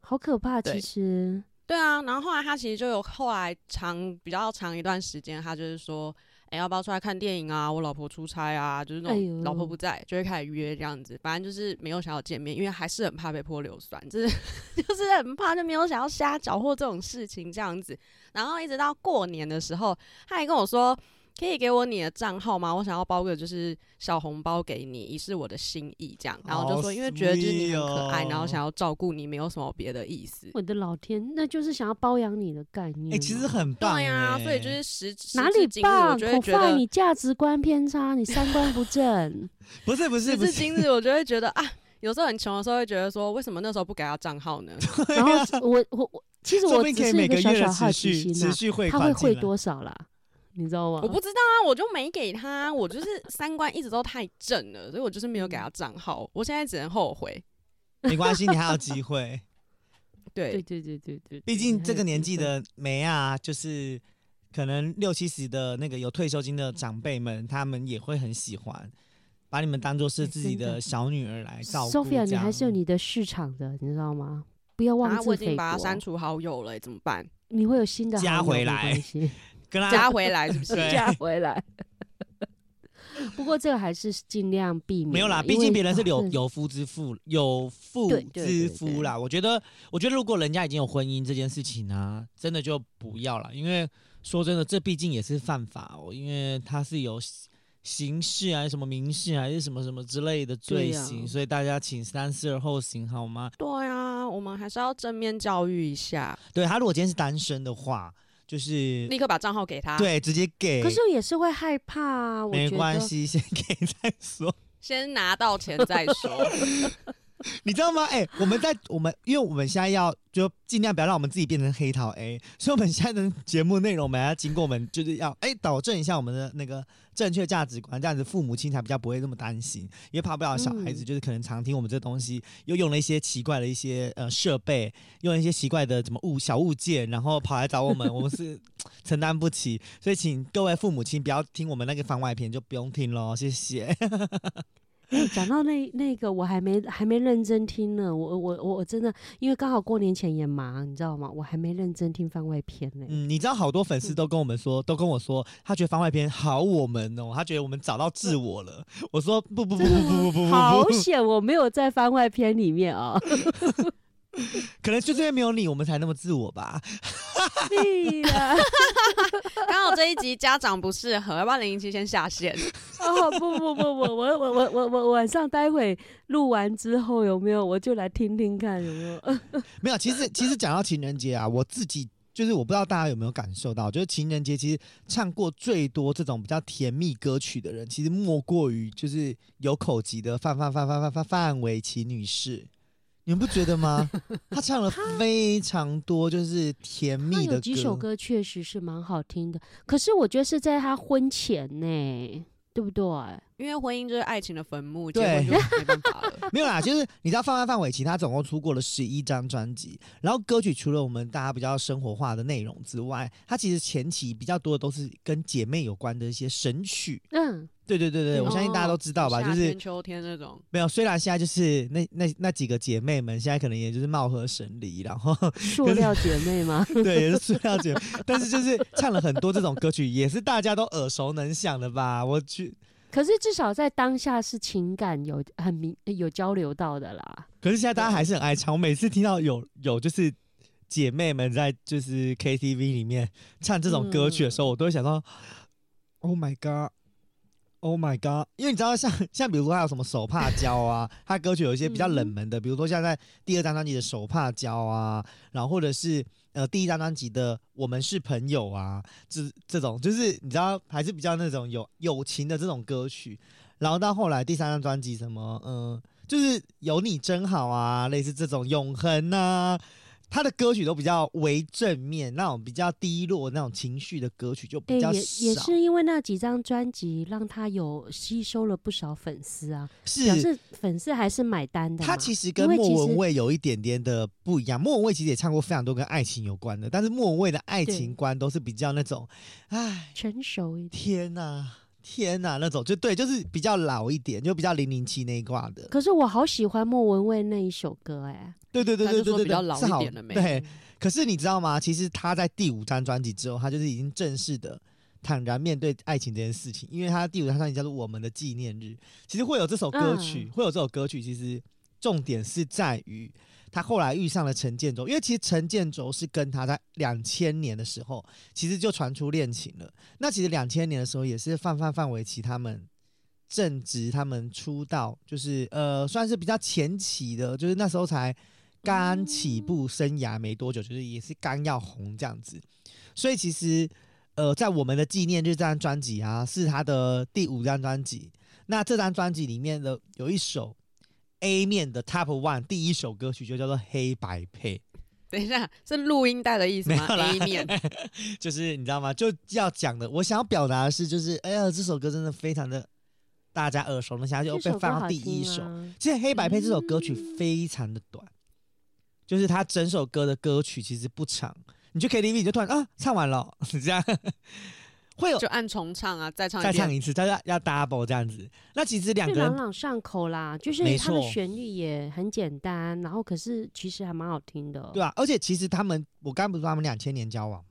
C: 好可怕，
D: 对
C: 其实。
D: 对啊，然后后来他其实就有后来长比较长一段时间，他就是说，哎、要不要出来看电影啊？我老婆出差啊，就是那
C: 哎
D: 种
C: 呦
D: 老婆不在，就会开始约这样子。反正就是没有想要见面，因为还是很怕被泼硫酸，就是 <laughs> 就是很怕，就没有想要瞎搅和这种事情这样子。然后一直到过年的时候，他还跟我说。可以给我你的账号吗？我想要包个就是小红包给你，以示我的心意这样。然后我就
B: 好
D: 说，因为觉得就是你很可爱，
B: sweet 哦
D: 然后想要照顾你，没有什么别的意思。
C: 我的老天，那就是想要包养你的概念
B: 妈！
C: 嘛。
B: 哎、其实很棒、
D: 对呀、所以就
B: 哎
D: 是时时
C: 哪
D: 至
C: 里
D: 今日我
C: 棒？
D: 就会
C: 口
D: 觉
C: 饭，
D: 得
C: 你价值观偏差，你三观不正。
B: 不是不是
D: 时
B: 不
D: 至
B: 是，
D: 今日我就会觉得啊，有时候很穷的时候会觉得说，为什么那时候不给他账号
C: <laughs>
D: 呢？
B: <laughs>
C: 然后我我我，其实
B: 说
C: 我
B: 不定
C: 只
B: 可以
C: 是一
B: 每
C: 个小
B: 月
C: 小
B: 的
C: 好
B: 持
C: 奇
B: 续
C: 心
B: 持
C: 啊，
B: 续汇
C: 他
B: 款
C: 会
B: 进
C: 汇
B: 来
C: 多少啦？你知道吗？
D: 我不知道啊，我就没给他，我就是三观一直都太正了，所以我就是没有给他账
C: 嗯
D: 号，我现在只能后悔。
B: 没关系，你还有机
C: <laughs>
B: 会。
D: 对，
C: 对对对对对，
B: 毕
C: 对
B: 竟这个年纪，的梅啊，就是可能六七十的那个有退休金的长辈们，他们也会很喜欢，把你们当做是
C: 哎
B: 自己
C: 真的
B: 的小嗯女儿来照顾。
C: Sophia，你
B: 这样
C: 还是有你的市场的，你知道吗？不要妄
D: 啊，我
C: 自
D: 已经
C: 菲
D: 把他删
C: 薄，
D: 除好友了，怎么
C: <laughs>
D: 办？
C: 你会有新的
B: 加
C: 好友
B: 回
C: 没
B: 来
C: 关系 <laughs>
B: 跟他
D: 加回来是不
B: 对
D: 是？
C: 加回来。 <laughs> 不过这个还是尽量避免啊，
B: 没有啦，
C: 因
B: 毕竟
C: 为
B: 别人是有
C: 哇
B: 有夫之妇，有妇
C: 对对
B: 之
C: 对
B: 夫啊啦。我觉得，我觉得如果人家已经有婚姻这件事情呢、真的就不要了，因为说真的，这毕竟也是犯法哦，因为它是有刑刑事啊还是什么民事还是什么什么之类的罪
D: 对啊
B: 行，所以大家请三思而后行好吗？
D: 对啊，我们还是要正面教育一下，
B: 对他如果今天是单身的话，就是
D: 立刻把账号给他，，
B: 对直接给，
C: 可是我也是会害怕啊，我
B: 没
C: 觉得
B: 关系，先 <laughs> 给再说。
D: 先拿到钱再
C: <laughs>
D: 说。
B: <laughs> 你知道吗？哎、我们在我们，因为我们现在要就尽量不要让我们自己变成黑桃 A，所以我们现在的节目内容，我们要经过我们就是要哎、导正一下我们的那个正确价值观，这样子父母亲才比较不会那么担心，也怕不了小孩子就是可能常听我们这东西，又用了一些奇怪的一些呃设备，用了一些奇怪的什么物小物件，然后跑来找我们， <laughs> 我们是承担不起，所以请各位父母亲不要听我们那个番外篇，就不用听喽，谢谢。
C: 哎讲到那那个，我还没还没认真听呢。我我我我真的，因为刚好过年前也忙，你知道吗？我还没认真听番外篇呢、
B: 嗯，你知道好多粉丝都跟我们说，都跟我说，他觉得番外篇好我们哦，他觉得我们找到自
C: 嗯
B: 我了。我说不不不不不不不
C: <laughs> 好
B: 不不，
C: 险我没有在番外篇里面啊、
B: 可能就是因为没有你，我们才那么自我吧。
C: 屁啦！
D: 刚好这一集家长不适合，要不然零零七先下线。
C: 哦不不不，我我我我我我晚上待会录完之后有没有，我就来听听看有没有。
B: 没有，其实其实讲到情人节啊，我自己就是我不知道大家有没有感受到，就是情人节其实唱过最多这种比较甜蜜歌曲的人，其实莫过于就是有口疾的范范范范范范范玮琪女士。你们不觉得吗？她唱
C: <laughs>
B: 了非常多，就是甜
C: 那 <laughs>
B: 蜜的
C: 有几首歌确实是蛮好听的，可是我觉得是在他婚前呢、对不对？
D: 因为婚姻就是爱情的坟墓，结
B: 对
D: 婚就没办法
B: <laughs>
D: 了。
B: 没有啦，就是你知道范范范玮琪，她总共出过了十一张专辑，然后歌曲除了我们大家比较生活化的内容之外，她其实前期比较多的都是跟姐妹有关的一些神曲。
C: 嗯，
B: 对对对对，
C: 嗯
B: 我相信大家都知道吧？
D: 哦夏
B: 就是
D: 天、秋天那种，
B: 没有，虽然现在就是那那那几个姐妹们，现在可能也就是貌合神离，
D: <laughs>
B: 然后
C: 塑料姐妹吗？
B: 对也是塑料姐妹，但是就是唱了很多这种歌曲，也是大家都耳熟能详的吧？我去，
C: 可是至少在当下是情感有很明呃有交流到的啦。
B: 可是现在大家还是很爱唱。我每次听到有有就是姐妹们在就是 KTV 里面唱这种歌曲的时候，我都会想到 Oh my God。Oh my god！因为你知道像，像比如说还有什么手帕胶啊， <laughs> 它歌曲有一些比较冷门的，比如说像在第二张专辑的手帕胶啊，然后或者是呃第一张专辑的我们是朋友啊，这这种就是你知道还是比较那种有友情的这种歌曲，然后到后来第三张专辑什么嗯、呃就是有你真好啊，类似这种永恒啊，他的歌曲都比较为正面，那种比较低落那种情绪的歌曲就
C: 哎、
B: 比较
C: 也也
B: 少。
C: 是因为那几张专辑让他有吸收了不少粉丝啊，表
B: 是，
C: 示粉丝还是买单的嘛。
B: 他其实跟
C: 因为其实
B: 莫文蔚有一点点的不一样。莫文蔚其实也唱过非常多跟爱情有关的，但是莫文蔚的爱情
C: 对
B: 观都是比较那种，唉，
C: 成熟一点。
B: 天呐、天呐、那种就对，就是比较老一点，就比较零零七那一挂的。
C: 可是我好喜欢莫文蔚那一首歌哎、嗯
B: 对对对
D: 他
B: 对
D: 就
B: 对
D: 说
B: 对，
D: 比较
B: 对
D: 老
B: 是
D: 一
B: 好
D: 点了没
B: 对，可是你知道吗？其实他在第五张专辑之后，他就是已经正式的坦然面对爱情这件事情，因为他第五张专辑叫做《我们的纪念日》，其实会有这首歌曲，
C: 嗯
B: 会有这首歌曲，其实重点是在于他后来遇上了陈建州，因为其实陈建州是跟他在两千年的时候，其实就传出恋情了。那其实两千年的时候，也是范范范玮琪他们正值他们出道，就是呃，算是比较前期的，就是那时候才刚起步生涯没多久，就是也是刚要红这样子。所以其实呃，在我们的纪念日这张专辑啊，是他的第五张专辑。那这张专辑里面的有一首 A 面的 Top One 第一首歌曲就叫做《黑白配》。
D: 等一下是录音带的意思吗
B: 没有啦
D: ？A 面，
B: <laughs> 就是你知道吗？就要讲的，我想要表达的是，就是哎呀，这首歌真的非常的大家耳熟能详，就被
C: 这首歌
B: 放到
C: 好
B: 第一
C: 听
B: 首。
C: 啊。
B: 其实《黑白配》这首歌曲非常的短，就是它整首歌的歌曲其实不长，你去 KTV 你就突然啊唱完了， <laughs> 你这样会有
D: 就按重唱啊，再唱一
B: 再
D: 遍
B: 唱一次，再要要 double 这样子。那其实两
C: 就
B: 个人
C: 朗朗上口啦，就是
B: 没
C: 它的
B: 错
C: 旋律也很简单，然后可是其实还蛮好听的。哦
B: 对啊，而且其实他们，我刚刚不是说他们两千年交往嘛？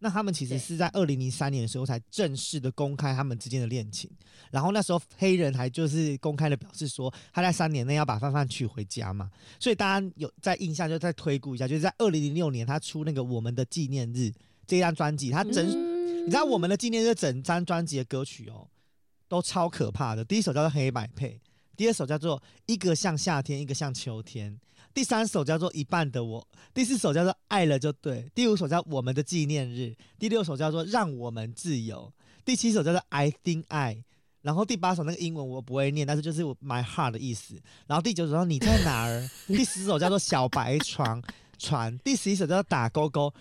B: 那他们其实
C: 对
B: 是在二零零三年的时候才正式的公开他们之间的恋情，然后那时候黑人还就是公开的表示说他在三年内要把范范娶回家嘛，所以大家有在印象就再推估一下，就是在二零零六年他出那个我们的纪念日这张专辑，他整、
C: 嗯
B: 你知道我们的纪念日整张专辑的歌曲哦，都超可怕的。第一首叫做《黑白配》，第二首叫做《一个像夏天，一个像秋天》，第三首叫做《一半的我》，第四首叫做《爱了就对》，第五首叫《我们的纪念日》，第六首叫做《让我们自由》，第七首叫做《I Think I》。然后第八首那个英文我不会念，但是就是我 my heart 的意思。然后第九首叫做你在哪
C: <laughs>
B: 儿？第十首叫做小白床船，第十一首叫做打勾勾。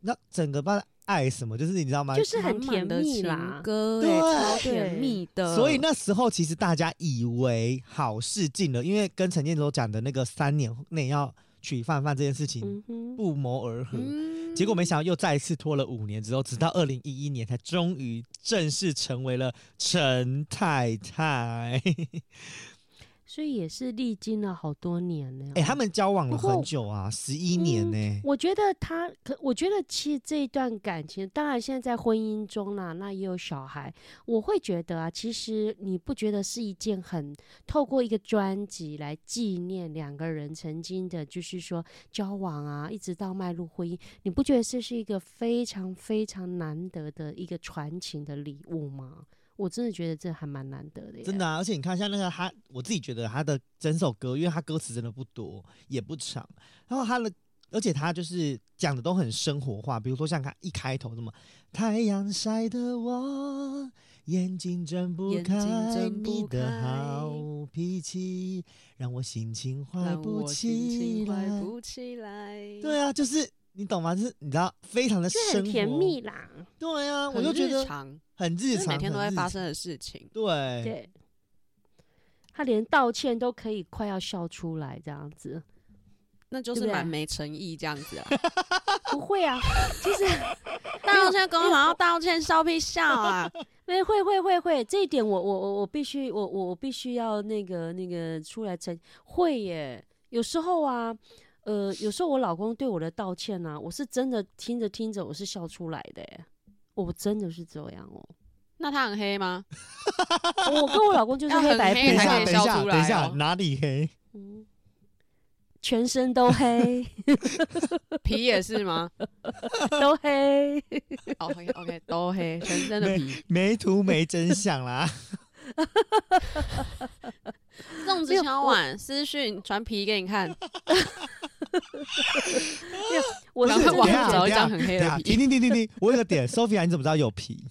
B: 那整个不知道爱什么，就是你知道吗？
C: 就是很
D: 满
C: 甜
D: 满的
C: 蜜
D: 情
C: 啦。
D: 歌
B: 对
D: 欸超甜蜜的。
C: 呃
B: 所以那时候其实大家以为好事近了，因为跟陈建州讲的那个三年内要娶范范这件事情
C: 嗯哼，
B: 不谋而合。
D: 嗯
B: 结果没想到又再一次拖了五年之后，直到二零一一年才终于正式成为了陈太太。
C: 所以也是历经了好多年呢。
B: 哎、他们交往了
C: 不过
B: 很久啊，十一年呢、
C: 我觉得他可，我觉得其实这一段感情，当然现在在婚姻中啦，那也有小孩，我会觉得啊，其实你不觉得是一件很透过一个专辑来纪念两个人曾经的，就是说交往啊，一直到迈入婚姻，你不觉得这是一个非常非常难得的一个传情的礼物吗？我真的觉得这还蛮难得的耶，
B: 真的、啊，而且你看，像那个他，我自己觉得他的整首歌，因为他歌词真的不多，也不长，然后他的，而且他就是讲的都很生活化，比如说像他一开头什么“太阳晒得我眼睛睁不
D: 眼
B: 开
D: 睛睁
B: 你
D: 不
B: 的
D: 开
B: 好脾气，让我心情 <laughs> 坏
D: 让
B: 不
D: 我心
B: 起
D: 情坏
B: 来”，
D: 不起来。
B: 对啊，就是你懂吗？就是你知道，非常的
C: 就
B: 生活，
C: 很甜蜜啦，
B: 对啊，
D: 很
B: 我就觉
D: 日
B: 得
D: 常，
B: 很日
D: 就是
B: 常，
D: 每天都
B: 很
D: 在
B: 日
D: 发
B: 常
D: 生的事情。
B: 对
C: 对，他连道歉都可以快要笑出来这样子。
D: 那就
C: 对
D: 是
C: 不对
D: 蛮没诚意这样子
C: <laughs>
D: 啊！
C: 不会啊，就是
D: 道歉，跟我好要道歉，笑屁笑
B: <laughs>
D: 啊！
C: 没哎会会会会这一点我，我我我必须我我我必须要那个那个出来承会耶。有时候啊，呃，有时候我老公对我的道歉啊，我是真的听着听着我是笑出来的耶，我真的是这样哦。
D: 那他很黑吗？
C: 我跟我老公就是
D: 要
C: 黑
D: 很
C: 白
D: 黑
B: 等
C: 配
B: 一
D: 才
B: 下，
D: 可以
B: 等
D: 笑
B: 一下，
D: 出
B: 等一
D: 来
B: 下，
D: 哦
B: 哪里黑？
C: 嗯，全身都黑 <laughs>
D: 皮也是吗？
C: 都黑。
D: 哦，OK OK，都黑，全身的皮。
B: 没图没真相啦。
D: 粽子敲碗私讯传皮给你
C: <laughs>
D: 看，
C: 我
D: 赶
C: 是
D: 快
C: 真
D: 网
C: 的
D: 上
C: 觉
D: 找
C: 得
D: 一张很黑
B: 等一下
D: 的
B: 停
D: 皮。
B: 停停停停，我有个点，Sophia，你怎么知道有皮？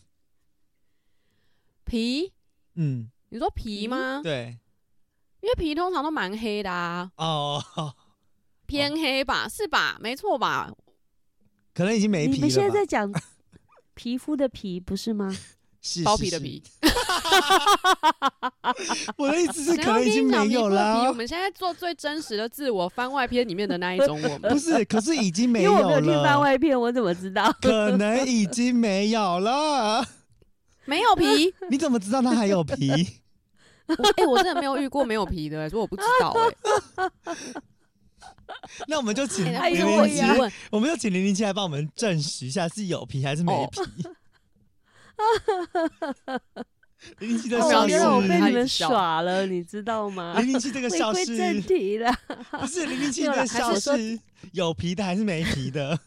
D: 皮？
B: 嗯，
D: 你说皮吗？
B: 对，
D: 因为皮通常都蛮黑的啊，
B: 哦，
D: 偏黑吧？是吧？没错吧？
B: 可能已经没
C: 你
B: 皮
C: 们现
B: 了
C: 在
B: 吧
C: 在。讲皮肤的皮不是吗？
B: 是
D: 包皮的皮，。
B: 是是我的意思是
D: 谁
B: 可
D: 要
B: 能已
D: 跟
B: 经
D: 你讲
B: 没
D: 皮肤
B: 有
D: 的皮，我
B: 啦。
D: 们现在做最真实的自我番外篇里面的那一种我
B: <laughs> 不
D: 们。
B: 是，可是已经没
C: 因为我没有听番
B: 了，
C: 外片，我怎么知道？
B: 可能已经没有了。
D: 没有皮，
B: 你怎么知道它还有皮？
D: 我哎、我真的没有遇过没有皮的、所以我不知道
C: <laughs>
D: 哎、
B: 那我们就请
D: 欸。
C: 哎
B: 零
C: 呀
D: 那
C: 我
B: 零
D: 疑
B: 七，
C: 也
D: 问，
B: <laughs> 我们就请零零七来帮我们证实一下是有皮还是没
D: 哦
B: 皮。 <laughs> 零零七的
D: 哦
B: 笑
C: 我
B: 是
C: 觉得我
D: 是
C: 被
D: 他一
C: 你
D: 直
C: 们
D: 笑哎
C: 耍了，你知道吗？
B: 零零七这个
C: 回
B: 笑
C: 归
B: 是
C: 正题了， <laughs>
B: 不是零零七
C: 没有
B: 的
C: 啦
B: 笑
C: 还是说
B: 是有皮的还是没
D: <laughs>
B: 皮的？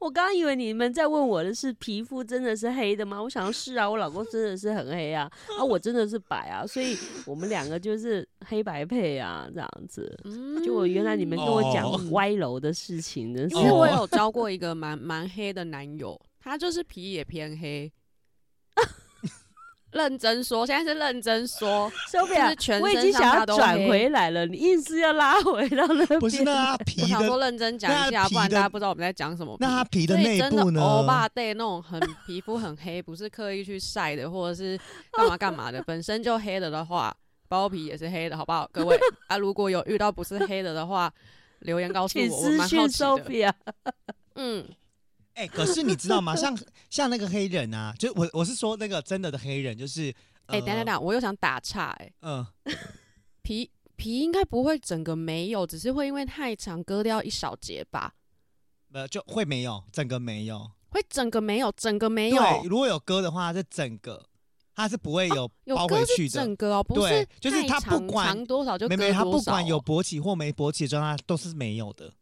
C: 我刚刚以为你们在问我的是皮肤真的是黑的吗？我想说是啊，我老公真的是很
D: <laughs>
C: 黑啊，啊，我真的是白啊，所以我们两个就是黑白配啊，这样子。
D: 嗯
C: 就我原来你们跟我
B: 哦
C: 讲歪楼的事情的时
D: 因为
C: 候，
D: 我有交过一个蛮蛮黑的男友，他就是皮也偏黑。 <laughs> 认真说，现在是认真说，
C: 手表
D: 就是全
C: 我已
D: 身
C: 经
D: 上
C: 想
D: 下
C: 要
D: 都
C: 转
D: 黑
C: 回来了，你硬是要拉回到那边。
B: 不是那它皮
D: 我想说
B: 的，
D: 认真讲一
B: 那
D: 下，
B: 皮
D: 不然
B: 的
D: 大家不知道我们在讲什么皮。
B: 那它皮的
D: 所以
B: 内
D: 真
B: 部呢？
D: 欧巴对那种很皮肤很黑，不是刻意去晒的，或者是干嘛干嘛的， <laughs> 本身就黑的的话，包皮也是黑的，好不好？各位啊，如果有遇到不是黑的的话，留言告诉
C: 请
D: 我，我
C: 私
D: 蛮
C: 讯
D: 好奇
C: 手
D: 的。
C: 表，
D: 嗯，
B: 哎、可是你知道吗？像像那个黑人啊，就我我是说那个真的的黑人，就是
D: 哎，等一下等一，下，我又想打岔，哎，
B: 呃嗯、
D: 皮皮应该不会整个没有，只是会因为太长割掉一小节吧，
B: 呃，就会没有，整个没有。
D: 会整个没有，整个没有，
B: 对，如果有割的话，是整个，它是不会有
D: 啊有
B: 包
D: 割
B: 回
D: 是
B: 去的。
D: 整个哦，不
B: 对
D: 是
B: 就是
D: 太
B: 它不
D: 长
B: 管
D: 长多少就
B: 没
D: 割
B: 没，它不
D: 多少
B: 管有
D: 哦
B: 勃起或没勃起的状态，都是没有的。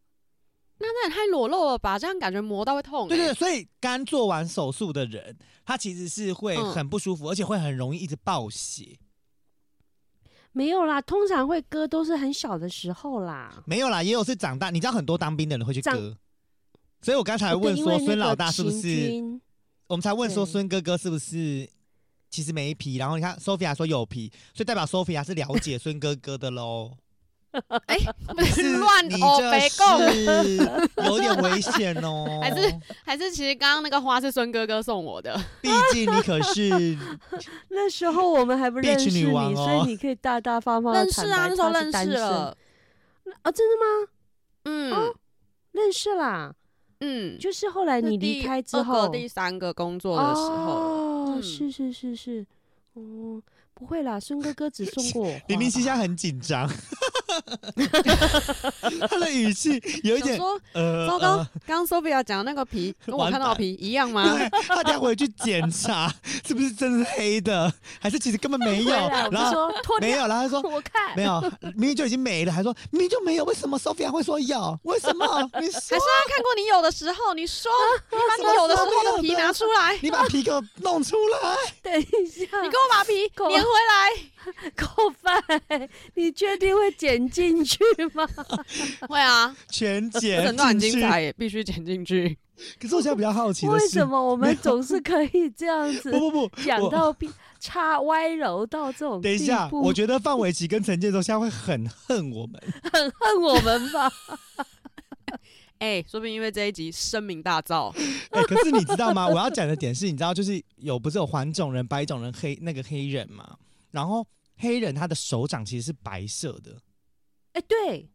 D: 那那也太裸露了吧？这样感觉磨到会痛、欸。
B: 对对，对所以刚做完手术的人，他其实是会
D: 嗯
B: 很不舒服，而且会很容易一直爆血。
C: 没有啦，通常会割都是很小的时候啦。
B: 没有啦，也有是长大，你知道很多当兵的人会去
C: 长
B: 割，所以我刚才
C: 哦对
B: 问
C: 因
B: 说
C: 为那
B: 孙
C: 个
B: 老大是不
C: 行
B: 是？
C: 军
B: 我们才问说
C: 对
B: 孙哥哥是不是其实没皮，然后你看 Sophia 说有皮，所以代表 Sophia 是了解孙哥哥的
C: <laughs>
B: 喽。
D: 哎、
B: 是
D: <laughs> 乱
B: 你
D: 哦，
B: 这
D: 没供，
B: 是有点危险
C: <laughs>
B: 哦，
D: 还是还是其实刚刚那个花是孙哥哥送我的，
B: 毕竟你可是
C: 那时候我们还不
B: Beach
C: 认识你，
B: 女王
C: 所
B: 哦
C: 以你可以大大方方地
D: 认识啊，
C: 坦白
D: 那时候
C: 他是
D: 认
C: 单
D: 识
C: 身
D: 了，
C: 啊，真的吗？
D: 嗯、
C: 哦认识啦，
D: 嗯，
C: 就是后来
D: 是
C: 你
D: 第
C: 离开之
D: 二个
C: 后，
D: 第三个工作的时候，
C: 哦，
D: 嗯
C: 是是是是，哦，不会啦，孙哥哥只送过我
B: <laughs>
C: 花吧。
B: 零零七现在很紧
D: <laughs>
B: 张，他的语气有一
D: 想
B: 点
D: 说
B: 呃，
D: 糟糕
B: 呃，
D: 刚刚 Sophia 讲的那个
B: <laughs>
D: 皮跟我
B: 完
D: 看到的
B: 蛋
D: 皮一样吗？
B: <laughs> 呃对，他等下回去检查是不是真的是黑的，还是其实根本没有，
C: 对啦我就
B: 然后
C: 说脱
B: 没
C: 掉，
B: 有，然后他说。
C: 我看
B: 没有，明明就已经没了，还说明明就没有，为什么 Sophia 会说有？为什么？你
D: 还
B: 说
D: 是啊他看过你有的时候，你说你把
B: 啊什么
D: 你有的时
B: 时候
D: 候
B: 没有
D: 的皮
B: 的
D: 拿出来，你
B: 你把皮给我弄出来，
C: 等一下，
D: 给我把皮
C: 够
D: 粘回来。 <laughs>
C: 扣饭，你确定会剪进去
B: <laughs>
C: 吗？
D: 会啊，
B: 全
D: 这
B: 剪
D: 整段很
B: 进
D: 精
B: 去。
D: 彩耶，必须剪进去。
B: 可是我现在比较好奇的
C: 为
B: 是，
C: 什么我们总是可以这样子
B: 不不不，
C: <laughs>
B: <laughs>
C: 讲
B: 我
C: 到比差歪柔到这种
B: 等一
C: 地
B: 下，
C: 步
B: 我觉得范玮琪跟陈建州现在会很恨我们。
C: 很恨我们吧？
D: <laughs>
C: <laughs>
D: 哎、说不定因为这一集声名大 <laughs> 噪，
B: 哎、可是你知道吗？我要讲的点是，你知道，就是有不是有黄种人、白种人、黑那个黑人嘛？然后黑人他的手掌其实是白色的，
C: 哎，对，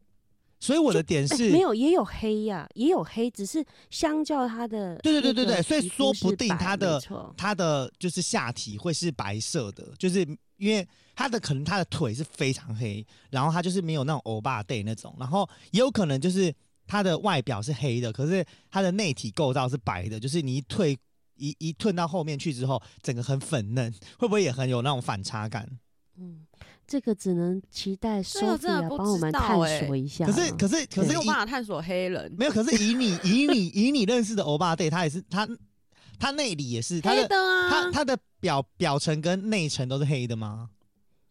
B: 所以我的点
C: 哎
B: 是，
C: 没有也有黑呀，也有黑，只是相较它的
B: 对对对
C: 那
B: 对对
C: 个
B: 所以
C: 皮肤
B: 说不
C: 是
B: 定
C: 白
B: 它
C: 没
B: 的
C: 错
B: 他的就是下体会是白色的，就是因为他的可能他的腿是非常黑，然后他就是没有那种欧巴 day 那种，然后也有可能就是他的外表是黑的，可是他的内体构造是白的，就是你一退一一退到后面去之后，整个很粉嫩，会不会也很有那种反差感？
C: 嗯，这个只能期待
B: 啊
D: 这个
C: Sophia
D: 真的不
C: 帮我
D: 知
C: 们
D: 道
C: 探
D: 哎
C: 索一下
B: 欸
C: 啊
B: 可
C: 了。
B: 是可是可是
D: 没有
B: 以
D: 办法探索黑人。
B: 没有，可是以你 <laughs> 以你以你认识的欧巴 day，他也是他他内里也是他
D: 黑
B: 的
D: 的啊
B: 他，他的表表层跟内层都是黑的吗？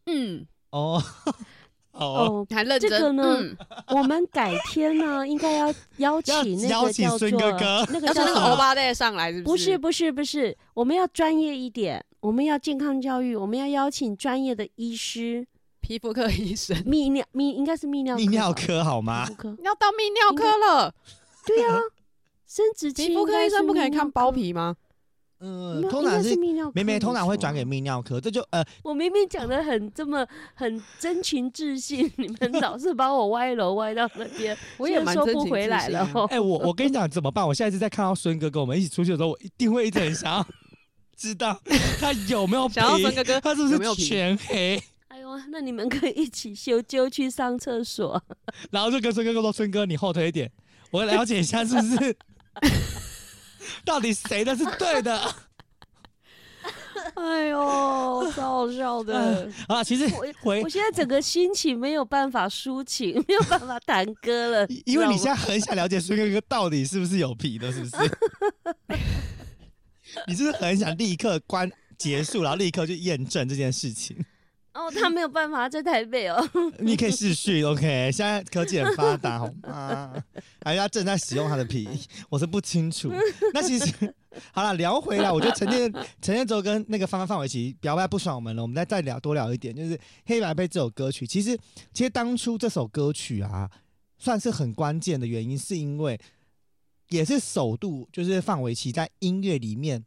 D: 嗯，
B: 哦 <laughs> 哦。
C: 哦，
D: 还认
C: 这
D: 真。
C: 个呢
D: 嗯，
C: 我们改天呢，应该要邀
B: <laughs> 要
C: 请那
B: 邀
C: 个
B: 请
C: 叫做
B: 孙哥哥
C: 那个
D: 要从
C: 叫
D: 那
C: 什
D: 个
C: 么
D: 欧巴带上来，是
C: 不
D: 是
C: 是？不是不是，我们要专业一点，我们要健康教育，我们要邀请专业的医师，
D: 皮肤科医生，
C: 泌尿泌应该是泌尿
B: 泌尿
C: 科
B: 科好
C: 吧
B: 吗
C: 皮？肤科，
D: 要到泌尿科了。
C: 对啊，生殖器
D: 皮肤
C: 应
D: 科
C: 该
D: 医生
C: 是
D: 不可以
C: 泌尿
D: 看包
C: 科，
D: 皮吗？
B: <laughs> 嗯
C: 没，有
B: 通
C: 应
B: 常
C: 该
B: 是
C: 泌尿科，啊哦
B: 没没，
C: 你
B: 通常会
C: 说
B: 转给泌尿科，这就呃，
C: 我明明讲的很这么很真情至性，你 <laughs> 们老是把我歪楼歪到那 <laughs> 边，
D: 我也
C: 现在
D: 蛮
C: 收
D: 真
C: 不
D: 情
C: 回
D: 至
C: 来
D: 性
C: 了
D: 啊
C: 哦。 <laughs>
B: 哎，我我跟你讲怎么办？我下一次再看到孙哥跟我们一起出去的时候，我一定会一直很想要知道 <laughs> 他有没有皮
D: 想，要孙哥哥，
B: 他是
D: 有没有
B: 不是
D: 皮
B: 全黑？
C: 哎呦，那你们可以一起修纠去上厕所。 <laughs>
B: 然后就跟孙哥哥说：“孙哥，你后退一点，我了解一下是不
C: <laughs>
B: 是到底谁的是对的
C: 哎呦，超好笑的。
B: 啊？”其实
C: 我
B: 回，
C: 我现在整个心情没有办法抒情，没有办法弹歌了
B: <laughs> 因为你现
C: 知道
B: 在
C: 吗
B: 很想了解孙哥哥到底是不是有皮的，是不
C: <laughs>
B: 是？你是不是很想立刻关结束，然后立刻去验证这件事情？
C: 哦，他没有办法在台北哦，
B: 你可以试训，OK？现在科技很发达，好吗？还是哎他正在使用他的皮， <laughs> 我是不清楚。那其实好了，聊回来，我觉得陈建陈建州跟那个范范范玮琪表白不爽我们了，我们再再聊多聊一点，就是《黑白配》这首歌曲，其实其实当初这首歌曲啊，算是很关键的原因，是因为也是首度，就是范玮琪在音乐里面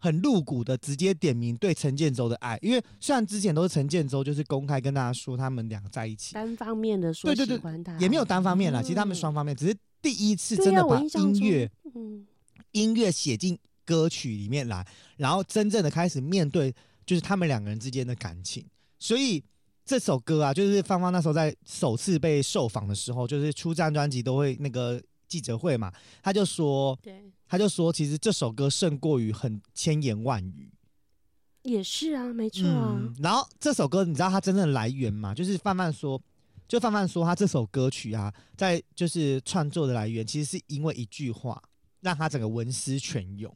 B: 很露骨的直接点名对陈建州的爱，因为虽然之前都是陈建州就是公开跟大家说他们俩在一起，
C: 单方面的说
B: 对对对
C: 喜欢他，啊
B: 也没有单方面啦，其实他们
D: 嗯
B: 双方面，只是第一次
C: 对
B: 真的
C: 啊我
B: 把
C: 印象
B: 音乐、
C: 嗯，
B: 音乐写进歌曲里面来，然后真正的开始面对就是他们两个人之间的感情。所以这首歌啊，就是芳芳那时候在首次被受访的时候，就是出战专辑都会那个记者会嘛，他就说，
C: 对，
B: 他就说，其实这首歌胜过于很千言万语。
C: 也是啊，没错啊，
B: 嗯嗯，然后这首歌你知道它真正的来源吗？就是范范说，就范范说他这首歌曲啊，在就是创作的来源其实是因为一句话，让他整个文思泉涌，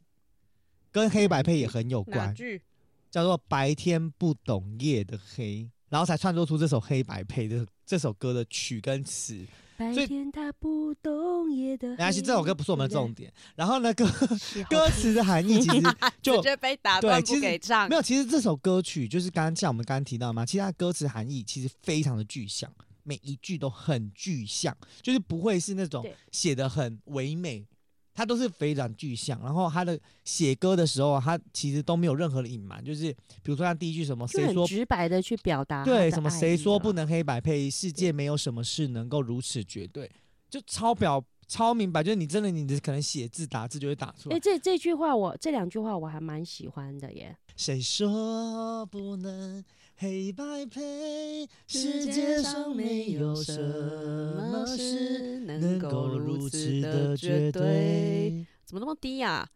B: 跟黑白配也很有
D: 哪
B: 关，
D: 句？
B: 叫做“白天不懂夜的黑”，然后才创作出这首黑白配的这首歌的曲跟词。
C: 白
B: 所以
C: 天他不懂夜的黑。
B: 没关系，这首歌不是我们的重点。然后呢，歌
C: 是
B: 歌词的含义其实就
D: 直接被打
B: 对
D: 断
B: 其
D: 不
B: 实
D: 给账
B: 没。有，其实这首歌曲就是刚刚像我们刚刚提到嘛，其实它歌词含义其实非常的具象，每一句都很具象，就是不会是那种
C: 对
B: 写的很唯美，它都是非常具象。然后他的写歌的时候啊，他其实都没有任何的隐瞒，就是比如说像第一句什么
C: 就
B: 谁
C: 很
B: 说
C: 直白的去表达他的爱意
B: 对
C: 啊了。
B: 什么谁说不能黑白配，世界没有什么事能够如此绝对，就超表超明白，就是你真的你的可能写字打字就会打出来
C: 哎、。这这句话我这两句话我还蛮喜欢的耶。
B: 谁说不能黑白配？世
A: 世
B: 界
A: 界
B: 上
A: 上
B: 没
A: 没
B: 有
A: 有
B: 什
A: 什
B: 么
A: 么
B: 事
D: 事
B: 能
D: 能
B: 够
D: 够
B: 如
D: 如
B: 此
D: 此
B: 的
D: 的
B: 绝
D: 绝对？
B: 对。
D: 怎么那么低呀？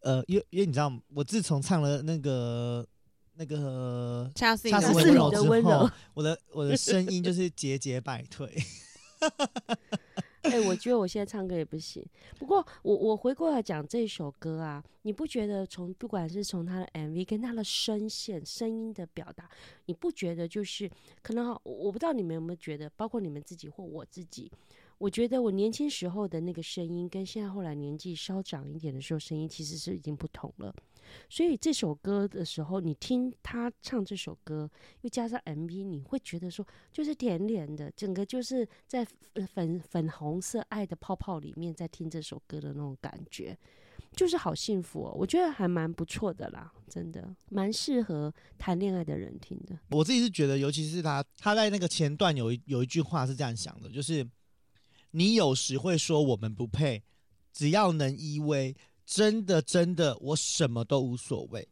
B: 呃，因为因为你知道，我自从唱了那个呃那个
D: 恰似
B: 《
D: 你
B: 恰
D: 的
B: 似
C: 我
D: 温
B: 温
C: 是
D: 柔
B: 柔
C: 你》的
B: 之
C: 温
B: 后
C: 柔，
B: 我的我的声音就是节节败退。
C: 哎、我觉得我现在唱歌也不行。不过我我回过来讲这首歌啊，你不觉得从不管是从他的 MV 跟他的声线、声音的表达，你不觉得就是可能哈我我不知道你们有没有觉得，包括你们自己或我自己，我觉得我年轻时候的那个声音跟现在后来年纪稍长一点的时候声音其实是已经不同了。所以这首歌的时候，你听他唱这首歌，又加上 MV，你会觉得说，就是甜甜的，整个就是在粉粉粉红色爱的泡泡里面，在听这首歌的那种感觉，就是好幸福哦。我觉得还蛮不错的啦，真的蛮适合谈恋爱的人听的。
B: 我自己是觉得，尤其是他，他在那个前段有一有一句话是这样想的，就是你有时会说我们不配，只要能依偎，真的真的我什么都无所谓。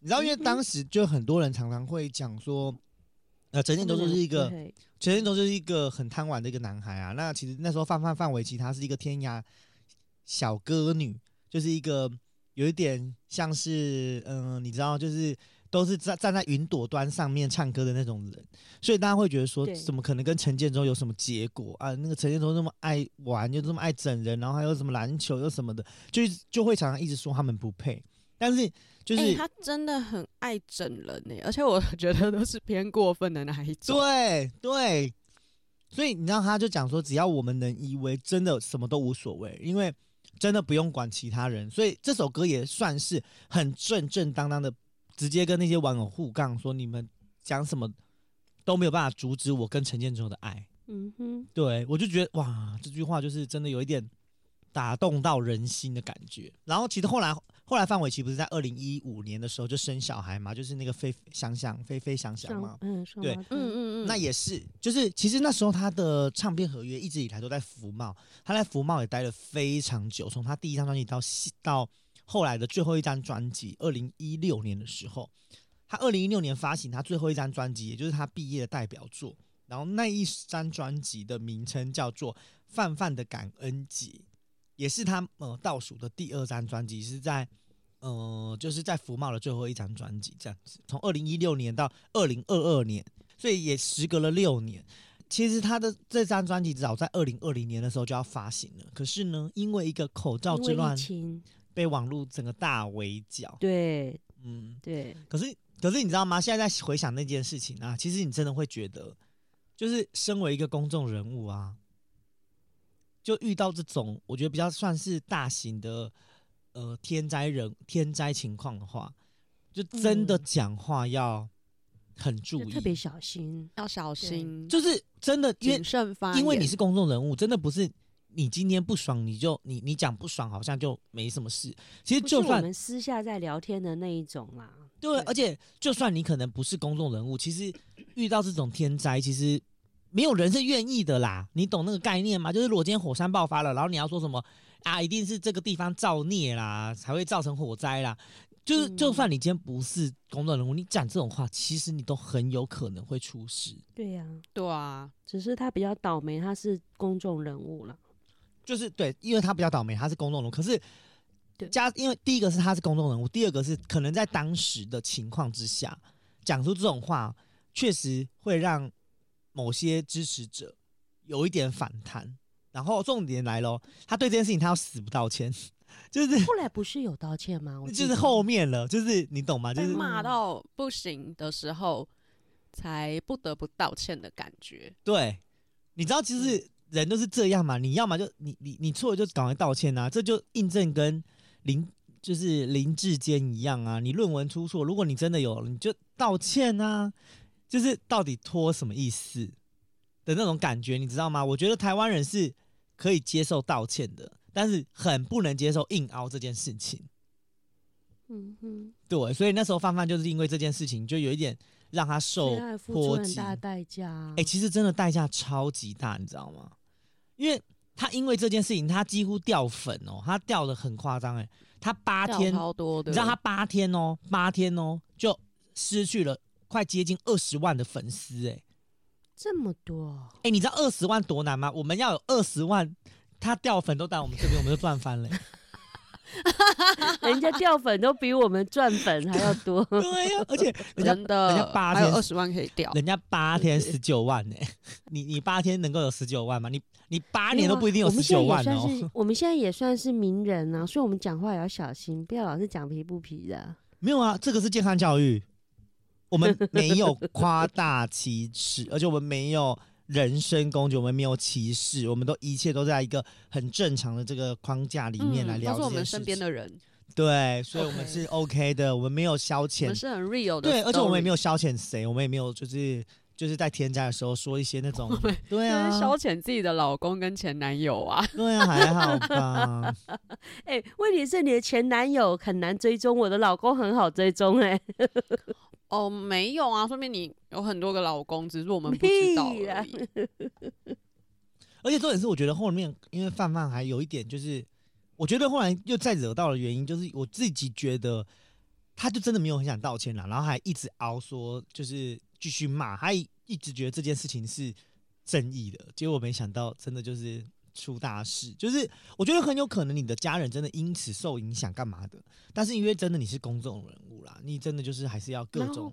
B: 你知道，因为
C: 嗯哼
B: 当时就很多人常常会讲说，呃，陈建州就是一个
C: 对
B: 陈建州就是一个很贪玩的一个男孩啊。那其实那时候范范范玮琪她是一个天涯小歌女，就是一个有一点像是嗯、你知道，就是都是站站在云朵端上面唱歌的那种人，所以大家会觉得说，
C: 对
B: 怎么可能跟陈建州有什么结果啊？那个陈建州那么爱玩，又这么爱整人，然后还有什么篮球又什么的，就就会常常一直说他们不配。但是就是、
D: 哎、他真的很爱整人呢、而且我 <laughs> 觉得都是偏过分的那一种。
B: 对啊对，所以你知道，他就讲说，只要我们能依偎，真的什么都无所谓，因为真的不用管其他人。所以这首歌也算是很正正当当的，直接跟那些网友互杠，说你们讲什么都没有办法阻止我跟陈建州的爱。
C: 嗯哼，
B: 对我就觉得哇，这句话就是真的有一点打动到人心的感觉。然后其实后来后来范玮琪不是在二零一五年的时候就生小孩嘛，就是那个飞想想飞飞想想嘛
C: 上，嗯上
B: 对
C: 马特
D: 嗯嗯嗯，
B: 那也是，就是其实那时候他的唱片合约一直以来都在福茂，他在福茂也待了非常久，从他第一张专辑到西到后来的最后一张专辑，二零一六年的时候，他二零一六年发行他最后一张专辑，也就是他毕业的代表作，然后那一张专辑的名称叫做《范范的感恩节》，也是他呃倒数的第二张专辑，是在呃就是在福茂的最后一张专辑这样子，从二零一六年到二零二二年，所以也时隔了六年。其实他的这张专辑早在二零二零年的时候就要发行了，可是呢，因为一个口罩
C: 因
B: 之
C: 为
B: 乱
C: 疫情，
B: 被网络整个大围剿，
C: 对
B: 嗯，
C: 对，
B: 可是，可是你知道吗？现在在回想那件事情啊，其实你真的会觉得，就是身为一个公众人物啊，就遇到这种我觉得比较算是大型的呃天灾人天灾情况的话，就真的
C: 嗯
B: 讲话要很注
C: 就
B: 意，
C: 特别小心。啊
D: 要小心，
B: 就是真的因为
D: 谨慎发言，
B: 因为你是公众人物，真的不是你今天不爽你就你你讲不爽好像就没什么事，其实
C: 不是
B: 哎就
C: 我
B: 算
C: 们私下在聊天的那一种啦，
B: 对，
C: 对
B: 而且就算你可能不是公众人物，其实遇到这种天灾，其实没有人是愿意的啦。你懂那个概念吗？就是如果今天火山爆发了，然后你要说什么啊，一定是这个地方造孽啦，才会造成火灾啦。就是就算你今天不是公众人物，你讲这种话，其实你都很有可能会出事。
C: 对呀、
D: 对啊，
C: 只是他比较倒霉，他是公众人物了。
B: 就是对，因为他比较倒霉，他是公众人物，可是
C: 对
B: 加因为第一个是他是公众人物，第二个是可能在当时的情况之下讲出这种话，确实会让某些支持者有一点反弹。然后重点来咯，他对这件事情他要死不道歉， <laughs> 就是
C: 后来不是有道歉吗？我
B: 就
C: 记
B: 是
C: 得
B: 后面了，就是你懂吗？就
D: 被
B: 是
D: 骂到不行的时候，才不得不道歉的感觉。
B: 对，你知道，其
C: 嗯
B: 实人都是这样嘛，你要么就你你你错了就赶快道歉啊，这就印证跟林就是林志坚一样啊，你论文出错，如果你真的有，你就道歉啊，就是到底拖什么意思的那种感觉，你知道吗？我觉得台湾人是可以接受道歉的，但是很不能接受硬凹这件事情。
C: 嗯哼，
B: 对，所以那时候范范就是因为这件事情，就有一点让他受
C: 所以他还付出
B: 波
C: 很
B: 及。
C: 大代价啊。
B: 哦哎、其实真的代价超级大，你知道吗？因为他因为这件事情，他几乎掉粉哦，他掉的很夸张哎，他八
D: 掉
B: 天，
D: 超多的，
B: 你知道他八天哦，八天哦就失去了快接近二十万的粉丝哎
C: 这么多，
B: 哎，你知道二十万多难吗？我们要有二十万，他掉粉都到我们这边，我们就赚翻
C: <laughs>
B: 了欸。。
C: 人家掉粉都比我们赚粉还要多
B: <laughs> 对呀、而且人家
D: 真的
B: 人家八
D: 还有
B: 天
D: 二十万可以掉，
B: 人家八天十九万呢、你你八天能够有十九万吗？你啊你八年都不一定有
C: 啊我们
B: 十
C: 现
B: 九
C: 在也
B: 万
C: 算
B: 哦、 <laughs>
C: 是，我们现在也算是名人啊，所以我们讲话也要小心，不要老是讲皮不皮的。
B: 没有啊，这个是健康教育，我们没有夸大其词，而且我们没有人身攻击，我们没有歧视，我们都一切都在一个很正常的这个框架里面来
D: 嗯
B: 聊
D: 都
B: 这件事情、
D: 是我们身边的人，
B: 对，所以我们
D: OK
B: 是 OK 的，我们没有消
D: 我
B: 遣
D: 们，是很 real 的，
B: 对，而且我们也没有，消遣谁，我们也没有就是就是在添加的时候说一些那种，对啊
D: 就，是消遣自己的老公跟前男友啊，
B: 对啊，还好吧。
C: 哎、问题是你的前男友很难追踪，我的老公很好追踪、哎，
D: 哦，没有啊，说明你有很多个老公，只是我们不知道
C: 屁啦
D: <laughs> 而已。
B: 而且重点是，我觉得后面因为范范还有一点就是，我觉得后来又再惹到的原因，就是我自己觉得他就真的没有很想道歉了，然后还一直熬说就是继续骂，他一一直觉得这件事情是正义的，结果没想到真的就是出大事。 <laughs> 就是我觉得很有可能你的家人真的因此受影响干嘛的，但是因为真的你是公众人物啦，你真的就是还是要各
C: 然后
B: 种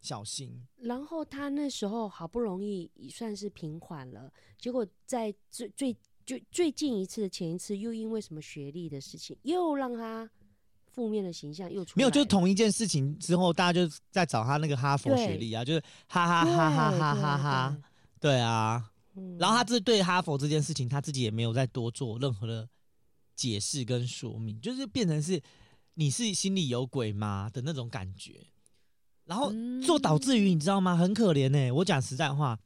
B: 小心。
C: <laughs> 然后他那时候好不容易也算是平缓了，结果在最最最最近一次的前一次，又因为什么学历的事情，又让他负面的形象又出来了
B: 没有，就是同一件事情之后，大家就在找他那个哈佛学历啊，就是哈哈哈哈哈哈哈，
C: 对，
B: 对啊。
C: 对对嗯
B: 然后他这对哈佛这件事情，他自己也没有再多做任何的解释跟说明，就是变成是你是心里有鬼吗的那种感觉。然后
D: 嗯
B: 做导致于你知道吗？很可怜呢、欸我讲实在话，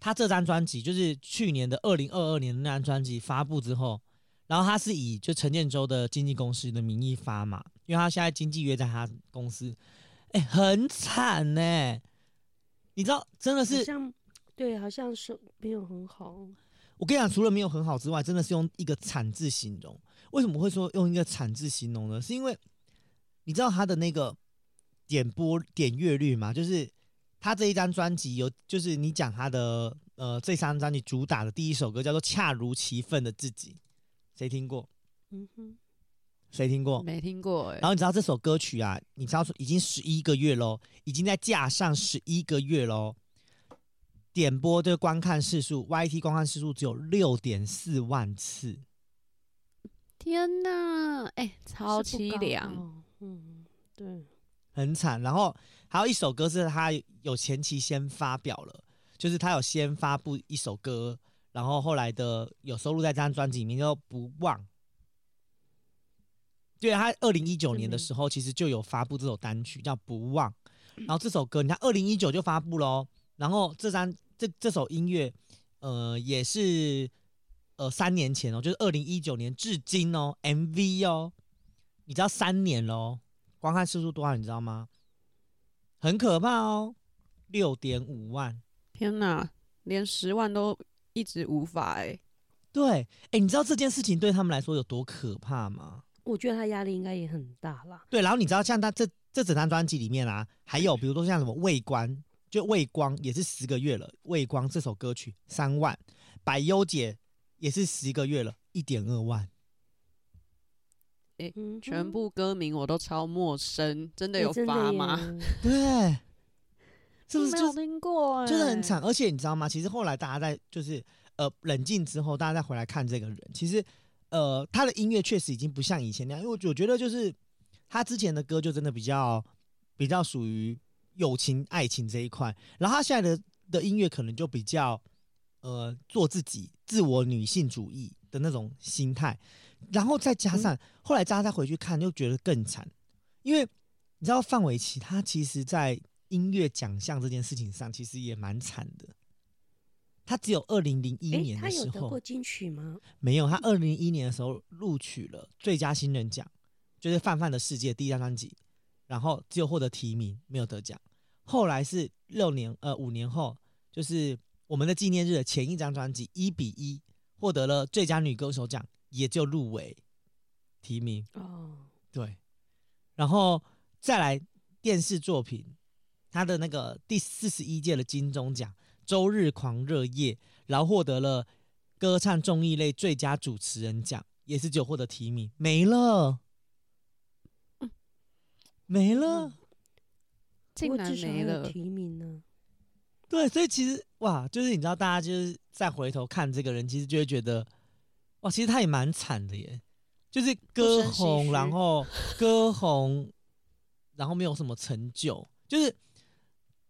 B: 他这张专辑就是去年的二零二二年的那张专辑发布之后，然后他是以就陈建州的经纪公司的名义发嘛，因为他现在经纪约在他公司，哎、很惨呢、欸你知道，真的
C: 好
B: 是
C: 像对，好像是没有很好。
B: 我跟你讲，除了没有很好之外，真的是用一个惨字形容。为什么会说用一个惨字形容呢？是因为你知道他的那个点播点阅率吗？就是他这一张专辑有，就是你讲他的呃这张专辑主打的第一首歌叫做《恰如其分的自己》，谁听过？
C: 嗯哼，
B: 谁听过？
D: 没听过哎、
B: 然后你知道这首歌曲啊，你知道说已经十一个月喽，已经在架上十一个月喽。点播的观看次数，YT 观看次数只有六点四万次，
D: 天哪，哎、超
C: 是不
D: 凄
C: 高
D: 凉，
C: 哦。嗯，对，
B: 很惨。然后还有一首歌是他有前期先发表了，就是他有先发布一首歌，然后后来的有收录在这张专辑里面，叫《不忘》。对他二零一九年的时候，其实就有发布这首单曲叫《不忘》，然后这首歌你看二零一九就发布喽，然后这张这这首音乐，呃，也是呃三年前哦，就是二零一九年至今哦，MV 哦，你知道三年喽，观看次数多少你知道吗？很可怕哦，六点五万。
D: 天哪，连十万都一直无法哎、
B: 对，哎、你知道这件事情对他们来说有多可怕吗？
C: 我觉得他压力应该也很大啦。
B: 对，然后你知道像他这这整张专辑里面啊，还有比如说像什么《畏光》，就《畏光》也是十个月了，《畏光》这首歌曲三万，《百优姐》也是十个月了，一点二万。
C: 嗯哼，
D: 全部歌名我都超陌生，真的
C: 哎 <laughs>
D: 有
C: 真
D: 发
C: 耶
D: 吗？？
B: 对，是不是
D: 没
B: 就
D: 有听过、欸？
B: 就是很惨。而且你知道吗？其实后来大家在就是呃冷静之后，大家再回来看这个人，其实呃他的音乐确实已经不像以前那样，因为我我觉得就是他之前的歌就真的比较比较属于友情、爱情这一块，然后他现在的的音乐可能就比较呃做自己、自我女性主义的那种心态，然后再
C: 嗯
B: 加上、后来大家再回去看，就觉得更惨，因为你知道范玮琪他其实，在音乐奖项这件事情上，其实也蛮惨的。他只有二零零一
C: 诶
B: 年
C: 哎他
B: 的
C: 有
B: 时
C: 得
B: 候，
C: 过金曲吗？
B: 没有，他二零一年的时候录取了最佳新人奖，就是范范的世界第一张专辑，然后只有获得提名，没有得奖。后来是六年呃五年后，就是我们的纪念日的前一张专辑《一比一》获得了最佳女歌手奖，也就入围提名。
C: 哦，
B: 对，然后再来电视作品，他的那个第四十一届的金钟奖《周日狂热夜》，然后获得了歌唱综艺类最佳主持人奖，也是只有获得提名，没了，没了。
D: 竟
C: 我
D: 然
C: 至少还
D: 没
C: 有
D: 了。
C: 提名呢。
B: 对，所以其实哇，就是你知道，大家就是再回头看这个人，其实就会觉得，哇，其实他也蛮惨的耶，就是歌
D: 生唏
B: 红，然
D: 嘘
B: 后歌红，然后没有什么成就，就是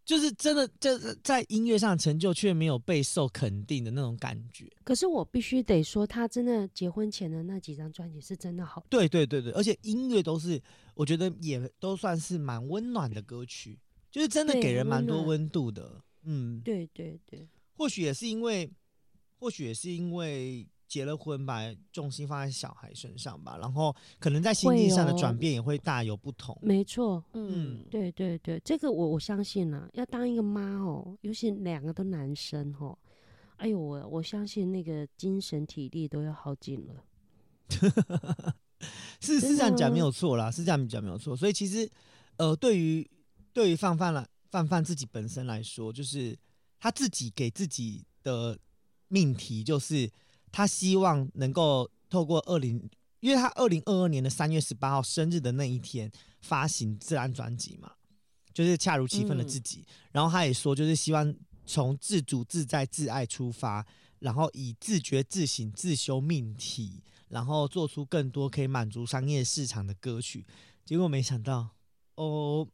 B: 就是真的就是在音乐上的成就却没有备受肯定的那种感觉。
C: 可是我必须得说，他真的结婚前的那几张专辑是真的好。
B: 对对对对，而且音乐都是我觉得也都算是蛮温暖的歌曲，就是真的
C: 对
B: 给人
C: 温
B: 蛮多
C: 暖
B: 温度的。嗯，
C: 对对对，
B: 或许也是因为，或许也是因为结了婚，把重心放在小孩身上吧，然后可能在心境上的
C: 会哦
B: 转变也会大有不同。
C: 没错，
D: 嗯，
C: 对对对，这个我我相信啦、要当一个妈哦，尤其两个都男生哦，哎呦我我相信那个精神体力都要耗尽了。
B: 是
C: 真
B: 是这样
C: 的
B: 讲没
C: 啊
B: 有错啦，是这样讲没有错。所以其实，呃，对于对于范范来范范自己本身来说，就是他自己给自己的命题，就是他希望能够透过二零，因为他二零二二年的三月十八号生日的那一天发行这张专辑嘛，就是恰如其分的自
C: 嗯
B: 己。然后他也说，就是希望从自主、自在、自爱出发，然后以自觉、自省、自修命题，然后做出更多可以满足商业市场的歌曲。结果没想到，Oh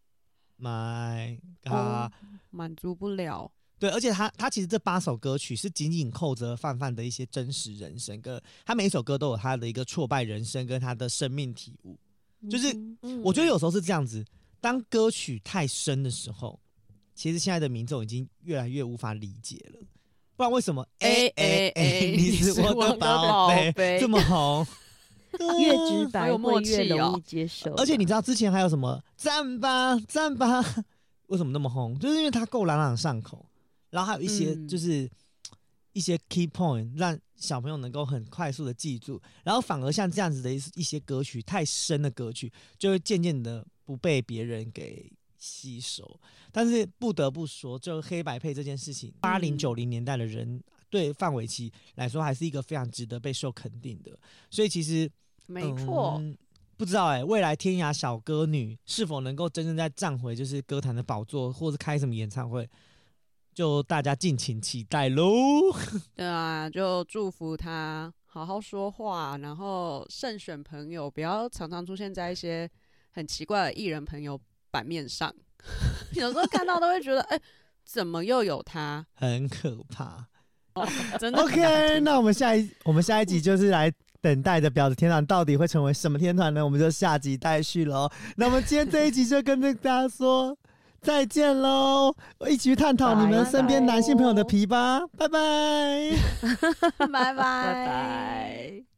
B: my god！、
D: 哦满足不了。
B: 对，而且他他其实这八首歌曲是紧紧扣着范范的一些真实人生，跟他每一首歌都有他的一个挫败人生跟他的生命体悟。就是
C: 嗯
D: 嗯
C: 哼
B: 我觉得有时候是这样子，当歌曲太深的时候，其实现在的民众已经越来越无法理解了。不然为什么？哎哎哎，你是我的宝贝，
D: 贝
B: 这么 <laughs> 红，对
C: 越
B: 啊
C: 直白
D: 有默
C: 会越
D: 契哦
C: 容易接受啦，
B: 而且你知道之前还有什么赞吧赞吧， <laughs> 为什么那么红？就是因为它够朗朗上口，然后还有一些
D: 嗯
B: 就是、一些 key point，让小朋友能够很快速的记住。然后反而像这样子的一一些歌曲，太深的歌曲，就会渐渐的不被别人给吸收。但是不得不说，就黑白配这件事情，八零九零年代的人。对范玮琪来说，还是一个非常值得备受肯定的。所以其实
D: 没错。
B: 嗯不知道哎、未来天涯小歌女是否能够真正在站回就是歌坛的宝座，或是开什么演唱会，就大家敬请期待喽。
D: 对啊，就祝福他好好说话，然后慎选朋友，不要常常出现在一些很奇怪的艺人朋友版面上。 <laughs> 有时候看到都会觉得，哎、怎么又有他？
B: <laughs> 很可怕。
D: <laughs> 真的很难
B: OK，
D: 听
B: 那我们下一我们下一集就是来等待着婊子天堂到底会成为什么天团呢？我们就下集待续喽。那我们今天这一集就跟着大家说再见喽，一起去探讨你们身 <laughs> 边男性朋友的皮吧，拜拜。
D: 拜拜，
C: 拜拜。